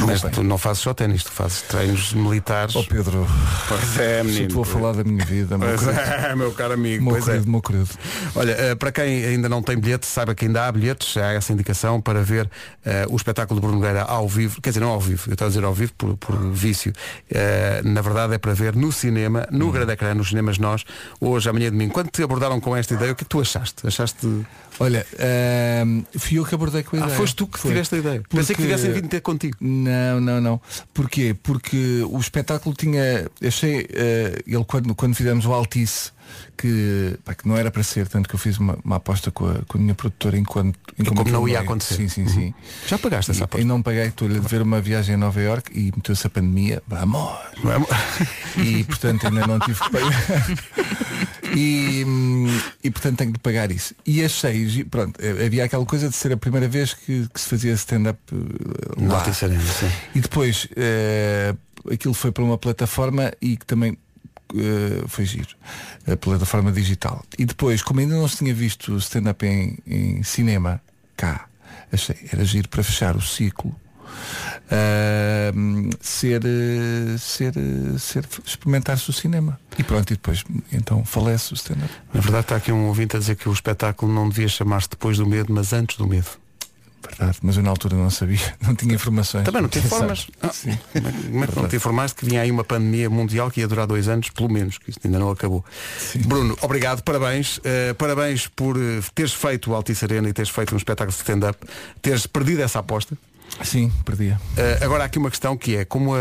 Mas tu não fazes só ténis, tu fazes treinos militares. Oh Pedro, Pois é, menino. se estou a falar da minha vida, meu Pois querido. é, meu caro amigo. Meu pois é. querido, meu querido. Olha, eh, para quem ainda não tem bilhete, saiba que ainda há bilhetes, há essa indicação para ver eh, o espetáculo de Bruno Nogueira ao vivo, quer dizer, não ao vivo, eu estou a dizer ao vivo por, por vício. Eh, na verdade é para ver no cinema, no grande ecrã, nos cinemas nós, hoje, amanhã e domingo. Quando te abordaram com esta ideia, o que é que tu achaste? Achaste. Olha, ahm, fui eu que abordei com a Ah, ideia. foste tu que Foi. tiveste a ideia. Pensei que tivessem vindo ter contigo. Não, não, não. Porquê? Porque o espetáculo tinha. Achei. eh, ele quando, quando fizemos o Altice, que, pá, que não era para ser, tanto que eu fiz uma, uma aposta com a, com a minha produtora enquanto. enquanto como não aquilo ia era. acontecer. Uhum. Sim, sim, sim. Já pagaste essa E, aposta? e não paguei, estou-lhe a dever uma viagem a Nova York e meteu-se a pandemia. Vamos! é E portanto ainda não tive que pagar. E, hum, e portanto tenho de pagar isso. E achei, gi- pronto, eh, havia aquela coisa de ser a primeira vez que, que se fazia stand-up eh, lá. Altice Arena, sim. E depois eh, aquilo foi para uma plataforma e que também eh, foi giro. A plataforma digital. E depois, como ainda não se tinha visto stand-up em, em cinema, cá, achei, era giro para fechar o ciclo. eh, ser eh, ser eh, ser experimentar-se o cinema e pronto e depois então falece o stand-up Na verdade está aqui um ouvinte a dizer que o espetáculo não devia chamar-se depois do medo, mas antes do medo. verdade mas eu na altura não sabia *laughs* não tinha informações Também não te *laughs* informas. Ah, como é que- como é que não te informaste que vinha aí uma pandemia mundial que ia durar dois anos, pelo menos, que isto ainda não acabou. Bruno, obrigado, parabéns. Eh, parabéns por eh, teres feito o Altice Arena e teres feito um espetáculo de stand-up, teres perdido essa aposta. sim perdia Eh, agora há aqui uma questão que é, como a,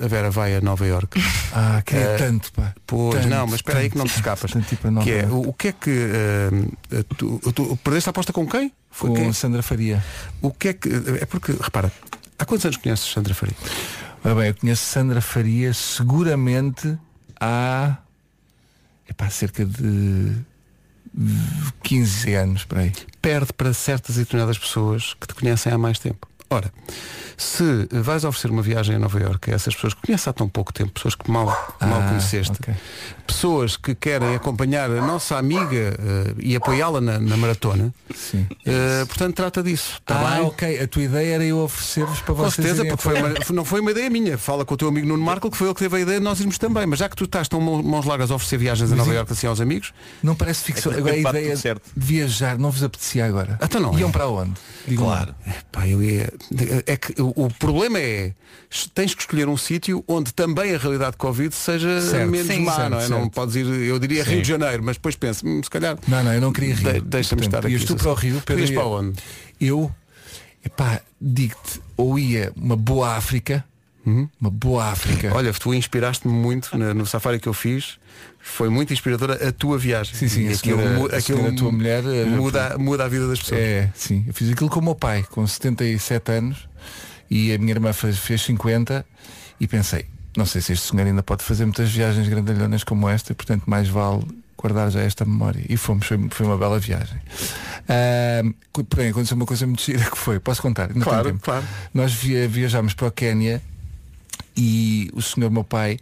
a Vera vai a Nova Iorque ah queria Eh, tanto pá Pois, Tanto, não, mas espera aí que não te tanto, escapas. tanto tipo, ir para Nova que é, Iorque. o, o que é que... eh, tu, tu perdeste a aposta com quem? Foi com quem? Sandra Faria. O que é que... É porque, repara, há quantos anos conheces Sandra Faria? Ora bem, eu conheço Sandra Faria seguramente há epá, cerca de 15 anos para aí. perde para certas e determinadas pessoas que te conhecem há mais tempo. Ora, se vais oferecer uma viagem a Nova Iorque a essas pessoas que conheces há tão pouco tempo, pessoas que mal, Ah, mal conheceste, pessoas que querem acompanhar a nossa amiga eh, e apoiá-la na, na maratona, eh, portanto trata disso. Está ah, Tá bem? ok. A tua ideia era eu oferecer-vos para Com vocês. certeza, irem porque foi uma- apoiar. não foi uma ideia minha. Fala com o teu amigo Nuno Marco, que foi ele que teve a ideia de nós irmos também. Mas já que tu estás tão mão- mãos largas a oferecer viagens a Mas Nova e- Iorque assim aos amigos, Não parece ficção. É que de Agora a repente bate ideia tudo certo. de viajar não vos apetecia agora. Então não. Iam é. para onde? Digam lá. claro. Epá, eu ia- É que o o problema é tens que escolher um sítio onde também a realidade Covid seja Certo. menos Sim. má, Certo, não é? Não certo. podes ir, eu diria Sim. Rio de Janeiro, mas depois penso, hum, se calhar. Não, não, eu não queria rir. De- Deixa-me estar aqui. Ias tu para o Rio, Tu Pedro. ias ia- para onde? Eu, epá, digo-te, ou ia uma boa África, uma boa África. Uhum. Olha, tu inspiraste-me muito na- no safari que eu fiz. Foi muito inspiradora a tua viagem. Sim, sim, E a aquilo, seguir a- mu- a seguir aquilo a tua mulher, eh, muda, muda a vida das pessoas. É, sim. Eu fiz aquilo com o meu pai, com 77 anos, e a minha irmã fez, fez 50, e pensei, não sei se este senhor ainda pode fazer muitas viagens grandalhonas como esta, portanto mais vale guardar já esta memória. E fomos, foi, foi uma bela viagem. Ahm, co- porém, aconteceu uma coisa muito gira *laughs* que foi, posso contar? Não tenho Claro, tempo. claro. Nós via- viajámos para o Quénia e o senhor meu pai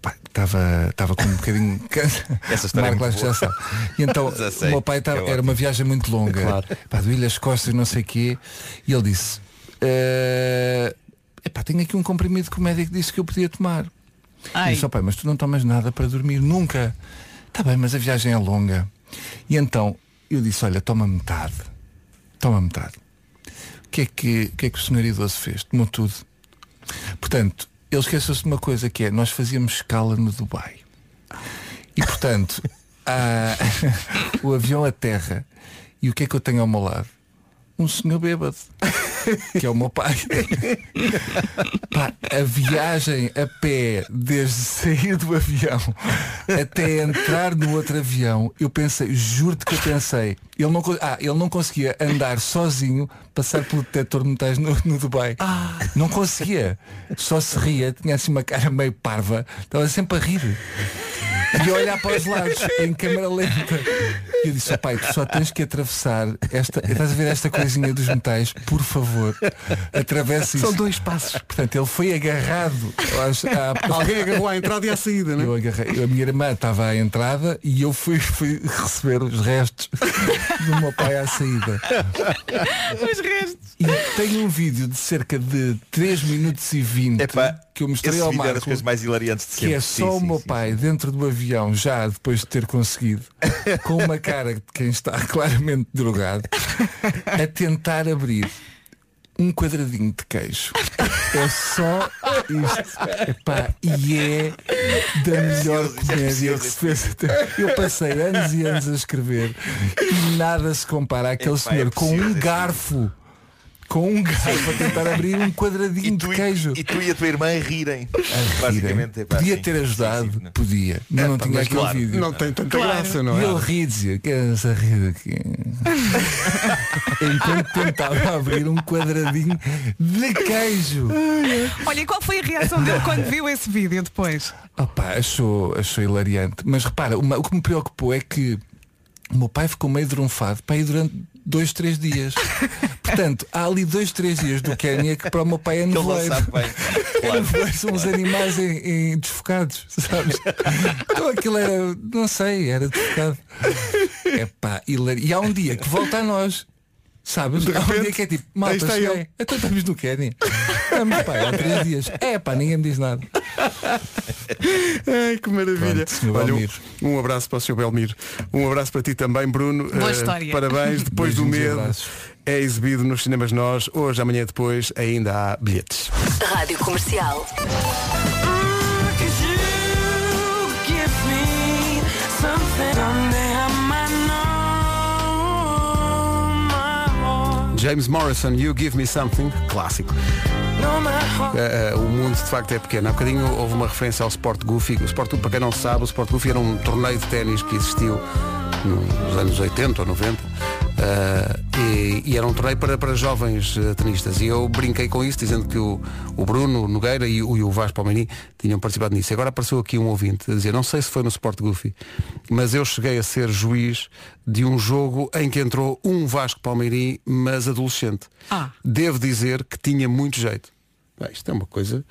pá, estava estava com um bocadinho cansa. Essa história é Marco muito Lange já boa. sabe. *laughs* E então Já o sei, meu pai estava- é era uma viagem muito longa. Claro. Pá, do Ilhas Costas, não sei quê. E ele disse, "Eh, epá, tenho aqui um comprimido que o médico disse que eu podia tomar. Ai. E disse, "Ó pai, mas tu não tomas nada para dormir nunca. Está bem, mas a viagem é longa. E então eu disse, olha, toma metade. Toma metade. O que é que, o que, é que o senhor idoso fez? Tomou tudo. Portanto, ele esqueceu-se de uma coisa que é, nós fazíamos escala no Dubai. E portanto, *laughs* há- o avião a terra. E o que é que eu tenho ao meu lado? Um senhor bêbado. Que é o meu pai. Pá, a viagem a pé, desde sair do avião até entrar no outro avião, eu pensei, juro-te que eu pensei, ele não, co- ah, ele não conseguia andar sozinho, passar pelo detector de metais no, no Dubai. Não conseguia. Só se ria, tinha assim uma cara meio parva, estava sempre a rir. E a olhar para os lados em câmera lenta. E eu disse, "Ó pai, tu só tens que atravessar esta. Estás a ver esta coisinha dos metais, por favor. Atravessa isso. São dois passos. Portanto, ele foi agarrado. Aos, *laughs* à- Alguém agarrou à entrada e à saída, não é? Eu agarrei, a minha irmã estava à entrada e eu fui, fui receber os restos *laughs* do meu pai à saída. Os restos. E tenho um vídeo de cerca de 3 minutos e 20 É que eu mostrei esse ao vídeo é das Marco. coisas mais hilariantes de que sempre. é Sim, só sim, o meu sim. pai dentro do avião já depois de ter conseguido com uma cara de quem está *laughs* claramente drogado a tentar abrir um quadradinho de queijo é só isto Epá, e é da é melhor comédia que se fez até eu passei anos e anos a escrever e nada se compara àquele Epá, é senhor com possível, é um possível. garfo com um garfo a tentar abrir um quadradinho de queijo E tu e a tua irmã a rirem. Basicamente, é pá, Podia sim. ter ajudado, podia. Mas não É pá, tinha mas aquele claro, vídeo. não tem tanta Claro. graça, não E é? ele ri dizia, que é essa rir aqui. *laughs* Enquanto tentava abrir um quadradinho de queijo. Olha, e qual foi a reação dele quando viu esse vídeo depois? Opa, achou, achou hilariante. Mas repara, uma- o que me preocupou é que o meu pai ficou meio drunfado para ir durante dois, *laughs* três dias. Portanto, há ali dois, três dias do Quénia que para o meu pai é não nevoeiro. sabe *laughs* bem. Claro, Nevoeiros São uns animais em, em desfocados, sabes? Então aquilo era, não sei, era desfocado. Epá, hilar- e há um dia que volta a nós. Sabes? De há um dia repente, que é tipo, aí malta, está cheguei. ele." Então estamos no Quénia. Estamos pá, há três dias. É pá, ninguém me diz nada. Ai, que maravilha. Pronto, senhor Olha, Belmiro. um, um abraço para o Sr. Belmiro. Um abraço para ti também, Bruno. Boa Eh, história. parabéns. Depois do Beijinhos e medo abraços. é exibido nos cinemas nós. Hoje, amanhã e depois, ainda há bilhetes. Rádio Comercial. James Morrison, You Give Me Something, clássico. Eh, eh, o mundo de facto é pequeno. Há bocadinho houve uma referência ao Sport Goofy. O Sport Goofy, para quem não sabe, o Sport Goofy era um torneio de ténis que existiu nos anos 80 ou 90. Ah, e, e era um torneio para, para jovens eh, tenistas. E eu brinquei com isso, dizendo que o, o Bruno Nogueira e o, e o Vasco Palmeirim tinham participado nisso. E Agora apareceu aqui um ouvinte a dizer, não sei se foi no Sport Goofy, mas eu cheguei a ser juiz de um jogo em que entrou um Vasco Palmeirim, mas adolescente. Ah. Devo dizer que tinha muito jeito. Bem, isto é uma coisa.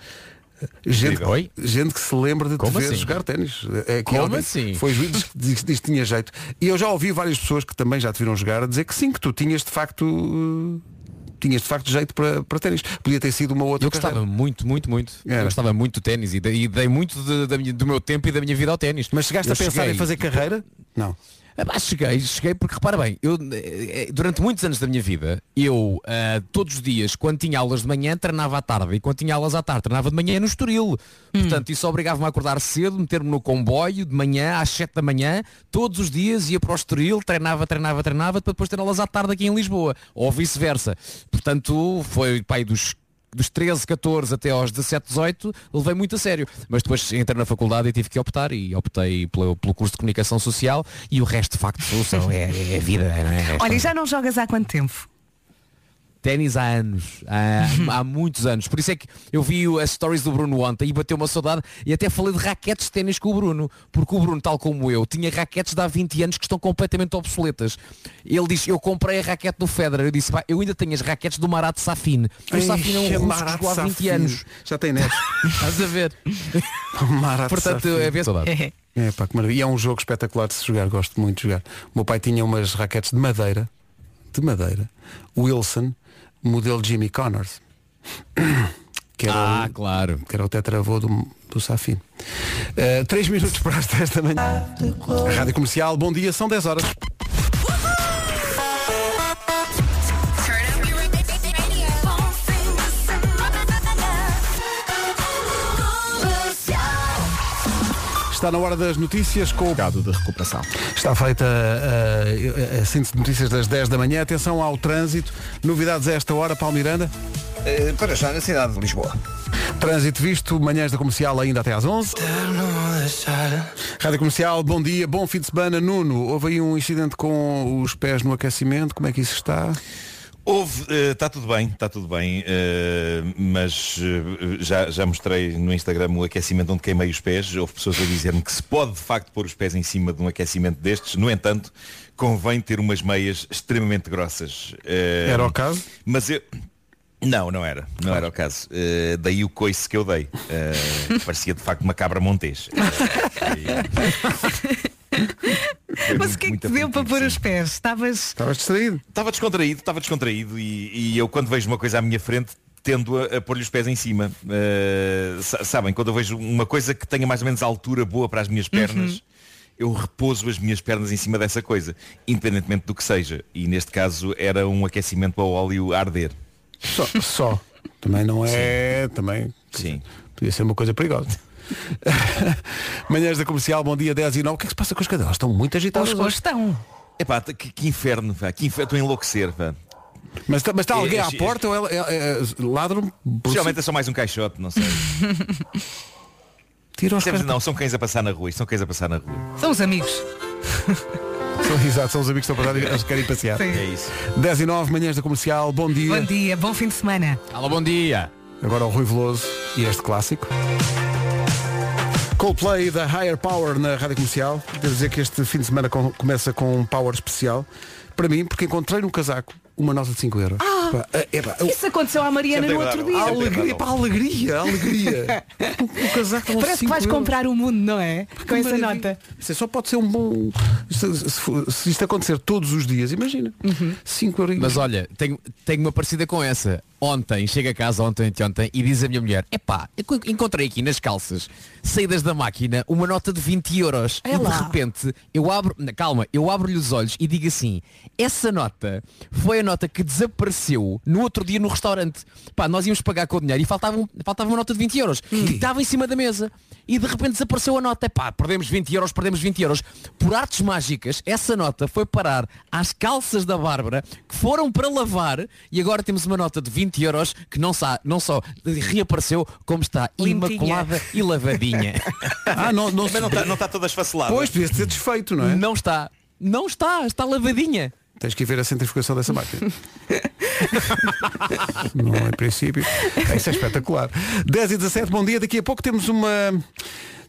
Gente, Oi? gente que se lembra de te Como ver assim? jogar ténis. É que Como ela disse- assim? Foi juiz que diz, diz que tinha jeito. E eu já ouvi várias pessoas que também já te viram jogar a dizer que sim, que tu tinhas de facto. eh, Tinhas de facto jeito para, para ténis. Podia ter sido uma outra Eu gostava muito, muito, muito. Eu gostava muito do ténis e, dei- e dei muito de- da minha- do meu tempo e da minha vida ao ténis. Mas chegaste a pensar em fazer carreira? Não. Ah, cheguei, cheguei porque repara bem, eu, eh, eh, durante muitos anos da minha vida, eu ah, todos os dias, quando tinha aulas de manhã, treinava à tarde e quando tinha aulas à tarde, treinava de manhã no estoril. Portanto, isso obrigava-me a acordar cedo, meter-me no comboio de manhã às 7 da manhã, todos os dias ia para o estoril, treinava, treinava, treinava, para depois ter aulas à tarde aqui em Lisboa, ou vice-versa. Portanto, foi pai dos dos 13, 14 até aos 17, 18, levei muito a sério. Mas depois entrei na faculdade e tive que optar e optei pelo, pelo curso de comunicação social e o resto de facto solução é, é vida, não é? Olha, e já não jogas há quanto tempo? Ténis há anos, há, há muitos anos. Por isso é que eu vi o- as stories do Bruno ontem e bateu uma saudade e até falei de raquetes de ténis com o Bruno, porque o Bruno, tal como eu, tinha raquetes de há 20 anos que estão completamente obsoletas. Ele diz, eu comprei a raquete do Federer, eu disse, pá, eu ainda tenho as raquetes do Marat Safin. O Safin é um russo que jogou há 20 anos. Já tem *laughs* neto. Estás a ver? Marat Portanto, Safin. é bem- Saudade. É, pá, que maravilha. E é um jogo espetacular de se jogar, gosto muito de jogar. O meu pai tinha umas raquetes de madeira, de madeira, Wilson, modelo Jimmy Connors. *coughs* Que era ah, claro. Que era o tetravô do, do Safin. Eh, três minutos para as 10 da manhã. Rádio Comercial, bom dia, são 10 horas. Está na hora das notícias com o Mercado de recuperação. Está feita eh, a, a síntese de notícias das 10 da manhã. Atenção ao trânsito. Novidades a esta hora, Paulo Miranda? Eh, para já na cidade de Lisboa. Trânsito visto, manhãs da comercial ainda até às 11. Rádio Comercial, bom dia, bom fim de semana. Nuno, houve aí um incidente com os pés no aquecimento. Como é que isso está? Houve, está tudo bem, está tudo bem, eh, mas eh, já, já mostrei no Instagram o aquecimento onde queimei os pés. Houve pessoas a dizer-me que se pode de facto pôr os pés em cima de um aquecimento destes. No entanto, convém ter umas meias extremamente grossas. Eh, Era o caso? Mas eu. Não, não era. Não era o caso. Eh, daí o coice que eu dei. Eh, parecia de facto uma cabra Eh, montês. Mas o que é que te deu para pôr os pés? Estavas. Estavas distraído? Estava descontraído, estava descontraído e, e eu quando vejo uma coisa à minha frente tendo a, a pôr-lhe os pés em cima. Uh, sa- sabem, quando eu vejo uma coisa que tenha mais ou menos altura boa para as Uhum. minhas pernas, eu repouso as minhas pernas em cima dessa coisa, independentemente do que seja. E neste caso era um aquecimento ao óleo a arder. Só. só. Também não é. Também. Sim. Podia ser uma coisa perigosa. *laughs* manhãs da comercial, bom dia, 10 e 9. O que é que se passa com as cadelas? Estão muito agitadas. hoje. estão. Epá, t- que, que inferno, pá, que inferno, estou a enlouquecer. Pá. Mas está mas está É, alguém é, à é- porta ou ela, é, é, ladram? por Geralmente é só mais um *laughs* caixote, não sei. Tira os Sabes, não, são cães a passar na rua, isto são cães a passar na rua. São os amigos. São, *laughs* exato, são os amigos que estão a passar e eles querem passear. Sim. É isso. 10 e 9, manhãs da comercial, bom dia. Bom dia, bom fim de semana. Alô, bom dia. Agora o Rui Veloso e este clássico. Coldplay da Higher Power na Rádio Comercial. Devo dizer que este fim de semana com- começa com um power especial. Para mim, porque encontrei no casaco uma nota de 5 euros. Ah! Pá, é, é, pá, eu- Isso aconteceu à Mariana no outro dia. A alegria, pá, a alegria, a alegria. o casaco com Parece que cinco vais euros. comprar o mundo, não é? Com essa maravilha. nota. Isso só pode ser um bom. Se, se for- se isto acontecer todos os dias, imagina. Uhum. 5 euros. Mas olha, tenho, tenho uma parecida com essa. Ontem, chego a casa, ontem, anteontem, e diz a minha mulher, epá, eu co- encontrei aqui nas calças, saídas da máquina, uma nota de 20 euros. É e lá. de repente, eu abro, na- calma, eu abro-lhe os olhos e digo assim, essa nota foi a nota que desapareceu no outro dia no restaurante. Pá, nós íamos pagar com o dinheiro e faltava, um- faltava uma nota de 20 euros. Hum. E estava em cima da mesa. E de repente desapareceu a nota. Pá, perdemos 20 euros, perdemos 20 euros. Por artes mágicas, essa nota foi parar às calças da Bárbara, que foram para lavar, e agora temos uma nota de 20 euros que não, sa não só reapareceu, como está Limpinha. imaculada e lavadinha. ah, não, tá Mas não está não está toda esfacelada. Pois, podia ter desfeito, não é? Não está. Não está, está lavadinha. Tens que ir ver a centrifugação dessa máquina. Não, em princípio. Isso é espetacular. 10 e 17, bom dia. Daqui a pouco temos uma.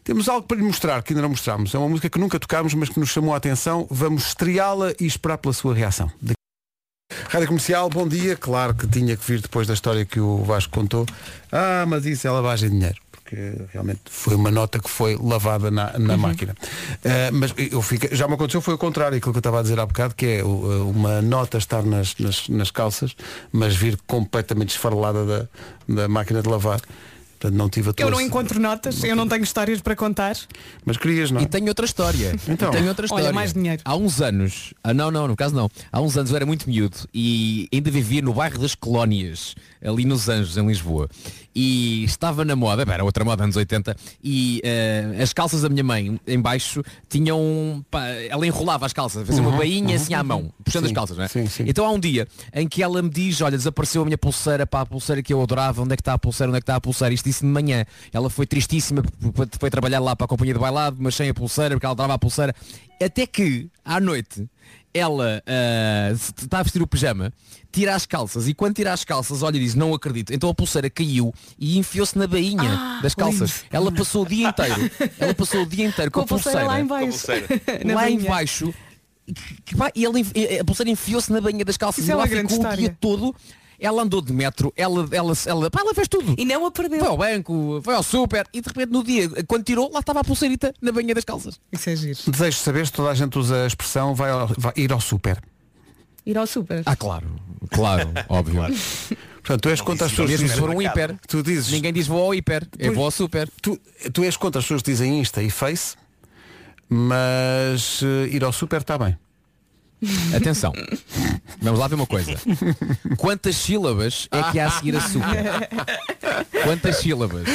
Temos algo para lhe mostrar que ainda não mostramos. É uma música que nunca tocámos, mas que nos chamou a atenção. Vamos estreá-la e esperar pela sua reação. Daqui- Rádio Comercial, bom dia. Claro que tinha que vir depois da história que o Vasco contou. Ah, mas isso é lavagem de dinheiro. Porque realmente foi uma nota que foi lavada na, na Uhum. máquina. Ah, mas eu fico, já me aconteceu, foi o contrário, aquilo que eu estava a dizer há bocado, que é uh, uma nota estar nas, nas, nas calças, mas vir completamente esfarelada da, da máquina de lavar. Portanto, não tive a tua Eu não encontro notas, eu não tenho histórias para contar. Mas querias, não? é? E tenho outra *laughs* história. Então. E tenho outra história. Olha, mais dinheiro. Há uns anos, ah, não, não, no caso não. Há uns anos eu era muito miúdo e ainda vivia no bairro das Colónias, ali nos Anjos, em Lisboa. E estava na moda, pá, era outra moda, anos 80, e eh, as calças da minha mãe, em baixo, tinham, pá, ela enrolava as calças, fazia uma Uhum, bainha uhum. assim à mão, puxando as Sim, calças, não é? sim, sim. Então há um dia em que ela me diz, olha, desapareceu a minha pulseira, pá, a pulseira que eu adorava, onde é que está a pulseira, onde é que está a pulseira? Isto disse de manhã. Ela foi tristíssima, p- p- foi trabalhar lá para a companhia de bailado, mas sem a pulseira, porque ela adorava a pulseira. Até que, à noite, ela ah, se- está a vestir o pijama, tira as calças e quando tira as calças, olha, e diz, não acredito. Então a pulseira caiu e enfiou-se na bainha das calças. Ah, lindo. Ela passou o dia inteiro, ela passou o dia inteiro com, Com a pulseira lá em baixo. Com *laughs* a *laughs* pulseira. Na lá em bainha. baixo que pá, e ele, enf- eh, a pulseira enfiou-se na bainha das calças Isso e é lá uma ficou grande o história. dia todo. Ela andou de metro, ela, ela, ela, pá, ela fez tudo. E não a perdeu. Foi ao banco, foi ao super e de repente no dia, quando tirou, lá estava a pulseirita na bainha das calças. Isso é giro. Desejo saber se toda a gente usa a expressão vai, ao- vai ir ao super. Ir ao super. Ah, claro. *laughs* Claro, óbvio. Portanto, tu és contra as pessoas Mesmo se for um supermercado. hiper. Tu dizes. Ninguém diz vou ao hiper. Eu Pois, vou ao super. Tu, tu és contra as pessoas que dizem Insta e Face, mas eh, ir ao super está bem. Atenção. Vamos lá ver uma *laughs* coisa. Quantas sílabas é que há a seguir a super? *laughs* Quantas sílabas?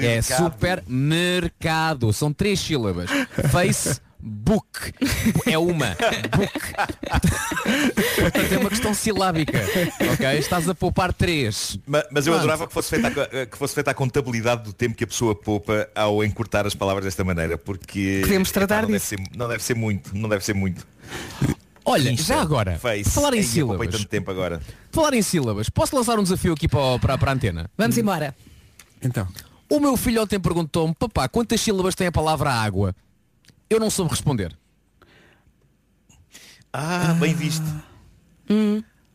*laughs* É supermercado. São três sílabas. Facebook é uma. Book. Portanto, é uma questão silábica. Ok? Estás a poupar três. Ma- Mas eu Pronto. adorava que fosse, feita a, co- eh, que fosse feita a contabilidade do tempo que a pessoa poupa ao encurtar as palavras desta maneira, porque Podemos epá, tratar não Deve ser, não deve ser muito, não deve ser muito. Olha, Insta, já agora, Face, é por falar em Ei, eu poupei sílabas. tanto tempo agora. Falar em sílabas, posso lançar um desafio aqui para, o- para, para a antena? Vamos embora. Então. O meu filho ontem perguntou-me, papá, quantas sílabas tem a palavra água? Eu não soube responder. Ah, bem visto.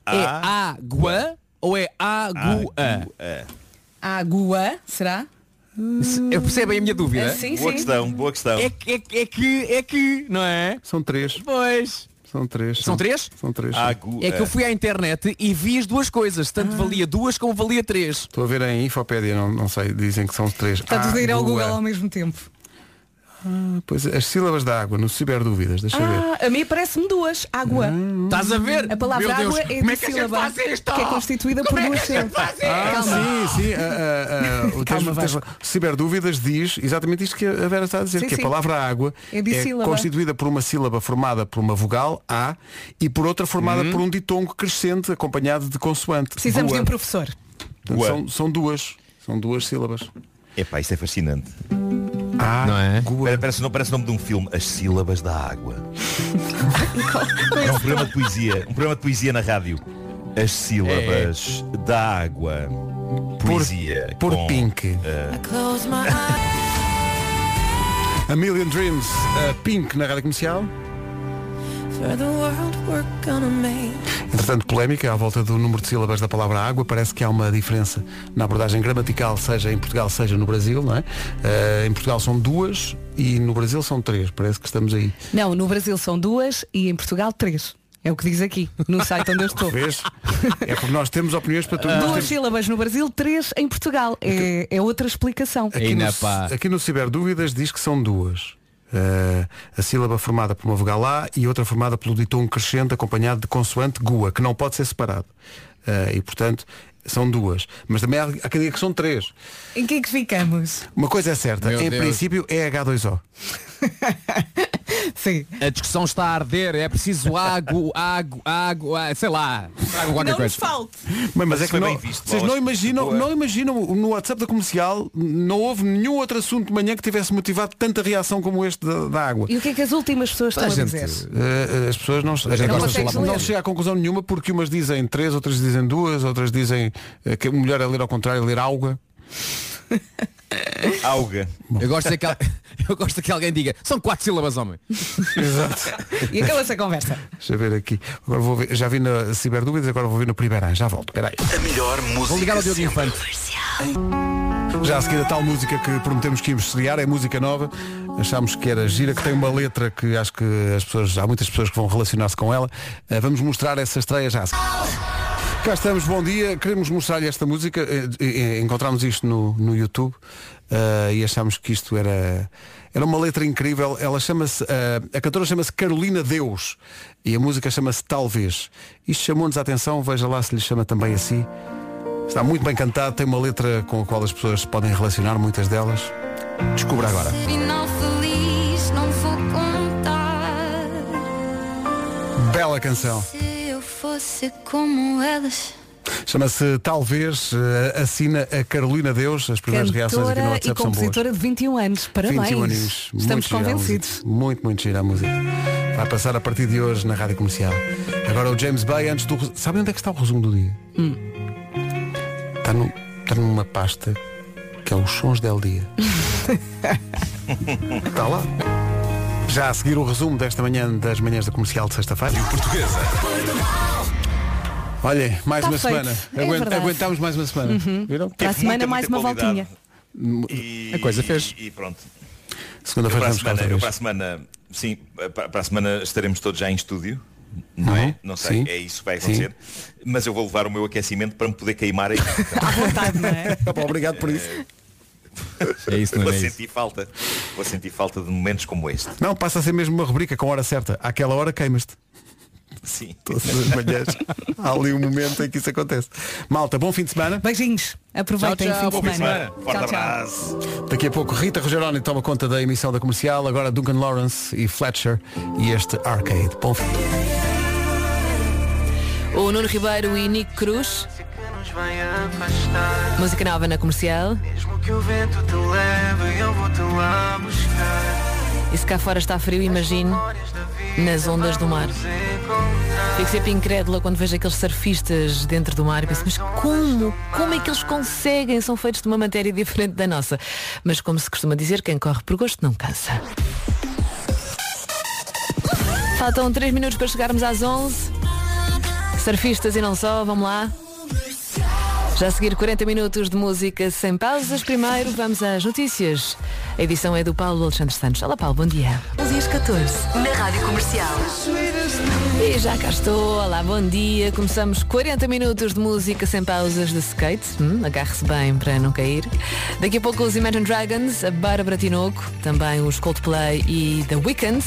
É água ou é água? Água, será? Eu percebem a minha dúvida? Ah, sim, Boa sim. questão, boa questão. É, que- é que- é que, é que, não é? São três. Pois. São três. São três? São três. Ah. É que eu fui à internet e vi as duas coisas. Ah. Tanto valia duas como valia três. Estou a ver em Infopédia, não, não sei, dizem que são três. Está tudo a ir ao Água. Google ao mesmo tempo. Ah, Pois as sílabas da água, no ciberdúvidas, deixa eu ver. Ah, a mim parece-me duas. Água. Estás a Hum. ver? A palavra Meu Deus, água é como de é que a gente sílaba. faz isto? Que é constituída Como por é que duas a gente sílabas. faz Ah, Calma. sim, sim. ah, ah, ah, o Calma, texto- texto- Ciberdúvidas diz exatamente isto que a Vera está a dizer, Sim, que sim. a palavra água É bissílaba. constituída por uma sílaba formada por uma vogal A e por outra formada Hum? por um ditongo crescente acompanhado de consoante. Precisamos Boa. de um professor. Portanto, são, são duas. São duas sílabas. Epá, isso é fascinante. Ah, não é? Parece, não, parece o nome de um filme, As Sílabas da Água. Era um programa de poesia, um programa de poesia na rádio. As Sílabas da Água. Poesia. É. por com, Pink. eh, A Million Dreams, a Pink na rádio comercial. Entretanto, polémica à volta do número de sílabas da palavra água. Parece que há uma diferença na abordagem gramatical, seja em Portugal, seja no Brasil, não é? Eh, em Portugal são duas e no Brasil são três. Parece que estamos aí. Não, no Brasil são duas e em Portugal três. É o que diz aqui, no site onde eu *laughs* estou. Vês? É porque nós temos opiniões para tudo. Nós Duas temos- sílabas no Brasil, três em Portugal. É, é outra explicação. Aqui no, aqui no Ciberdúvidas diz que são duas. Eh, a sílaba formada por uma vogal A e outra formada pelo ditongo crescente acompanhado de consoante gua, que não pode ser separado. Eh, e portanto, são duas. Mas também há, há quem diga que são três. Em que é que ficamos? Uma coisa é certa, Meu em Deus. princípio é H2O. Sim. A discussão está a arder, é preciso água, água, água, sei lá. Água, qualquer coisa. Mas, Mas é isso que foi não, bem visto, vocês Bolas. não imaginam, Boa. não imaginam no WhatsApp da comercial, não houve nenhum outro assunto de manhã que tivesse motivado tanta reação como este da, da água. E o que é que as últimas pessoas estão a, dizer? eh, as pessoas não, a gente não, gosta de falar não muito. chega a conclusão nenhuma porque umas dizem três, outras dizem duas, outras dizem eh, que o melhor é ler ao contrário, é ler alga. Auga. Eu gosto, de que, al- *laughs* eu gosto de que alguém diga, são quatro sílabas, homem. Exato. E acabou-se a conversa. Deixa eu ver aqui. Agora vou ver, já vi na Ciberdúvidas, agora vou ver no Primeira. Já volto, peraí. A melhor música. Vou ligar ao Diogo sempre. Infante. Já a seguir a tal música que prometemos que íamos estrear, é música nova. Achámos que era gira, que tem uma letra que acho que as pessoas, há muitas pessoas que vão relacionar-se com ela. Eh, Vamos mostrar essa estreia já. a seguir. Cá estamos, bom dia. Queremos mostrar-lhe esta música. Eh, eh, Encontramos isto no, no YouTube eh, e achámos que isto era, era uma letra incrível. Ela chama-se, eh, a cantora chama-se Carolina Deus e a música chama-se Talvez. Isto chamou-nos a atenção, veja lá se lhe chama também assim. Está muito bem cantado, tem uma letra com a qual as pessoas se podem relacionar, muitas delas. Descubra agora. Final feliz, não vou contar. Bela canção. Se eu fosse como elas. Chama-se Talvez, eh, assina a Carolina Deus. As primeiras reações aqui no Cantora e WhatsApp são boas. compositora de 21 anos. Parabéns. 21 aninhos. Estamos Muito gira a convencidos. música. Muito, muito gira a música. Vai passar a partir de hoje na Rádio Comercial. Agora o James Bay, antes do... resu- Sabem onde é que está o resumo do dia? Hum. Está, no- está numa pasta que é os sons del *laughs* dia. está lá. Já a seguir o resumo desta manhã das manhãs da Comercial de sexta-feira. Portuguesa. Olhem, mais Tá uma feito. semana. É Aguent- verdade. aguentámos mais uma semana. Uhum. Viram? Para a Teve semana, muita, mais muita uma qualidade. voltinha. A coisa fez. E pronto. Segunda-feira Eu para a vamos cá semana, outra eu vez. para a semana, sim, para, para a semana estaremos todos já em estúdio. Não Uhum. é? Não sei, Sim. é isso que vai acontecer. Mas eu vou levar o meu aquecimento para me poder *laughs* queimar aí. é? Obrigado por isso. É isso, não é? Vou É isso. sentir falta. Vou sentir falta de momentos como este. Não, passa a ser mesmo uma rubrica com hora certa. Àquela hora queimas-te. Sim. Todas as manhãs. Há ali um momento em que isso acontece. Malta, bom fim de semana. Beijinhos. Aproveitem o fim de semana. Tchau, tchau. Daqui a pouco Rita Rogeroni toma conta da emissão da comercial, agora Duncan Lawrence e Fletcher e este arcade. Bom fim. O Nuno Ribeiro e Nico Cruz. Música nova na comercial. Mesmo que o vento te leve, eu vou te lá buscar. E se cá fora está frio, imagino nas ondas do mar. Fico sempre incrédula quando vejo aqueles surfistas dentro do mar e penso, mas como? Como é que eles conseguem? São feitos de uma matéria diferente da nossa. Mas como se costuma dizer, quem corre por gosto não cansa. Faltam 3 minutos para chegarmos às 11. Surfistas e não só, vamos lá. Já a seguir 40 minutos de música sem pausas. Primeiro vamos às notícias. A edição é do Paulo Alexandre Santos. Olá Paulo, bom dia. Dias 14, na Rádio Comercial. E já cá estou, olá, bom dia. Começamos 40 minutos de música sem pausas de skate. Hum, Agarre-se bem para não cair. Daqui a pouco os Imagine Dragons, a Bárbara Tinoco, também os Coldplay e The Weeknd.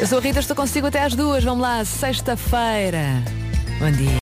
Eu sou a Rita, estou consigo até às duas. Vamos lá, sexta-feira. Bom dia.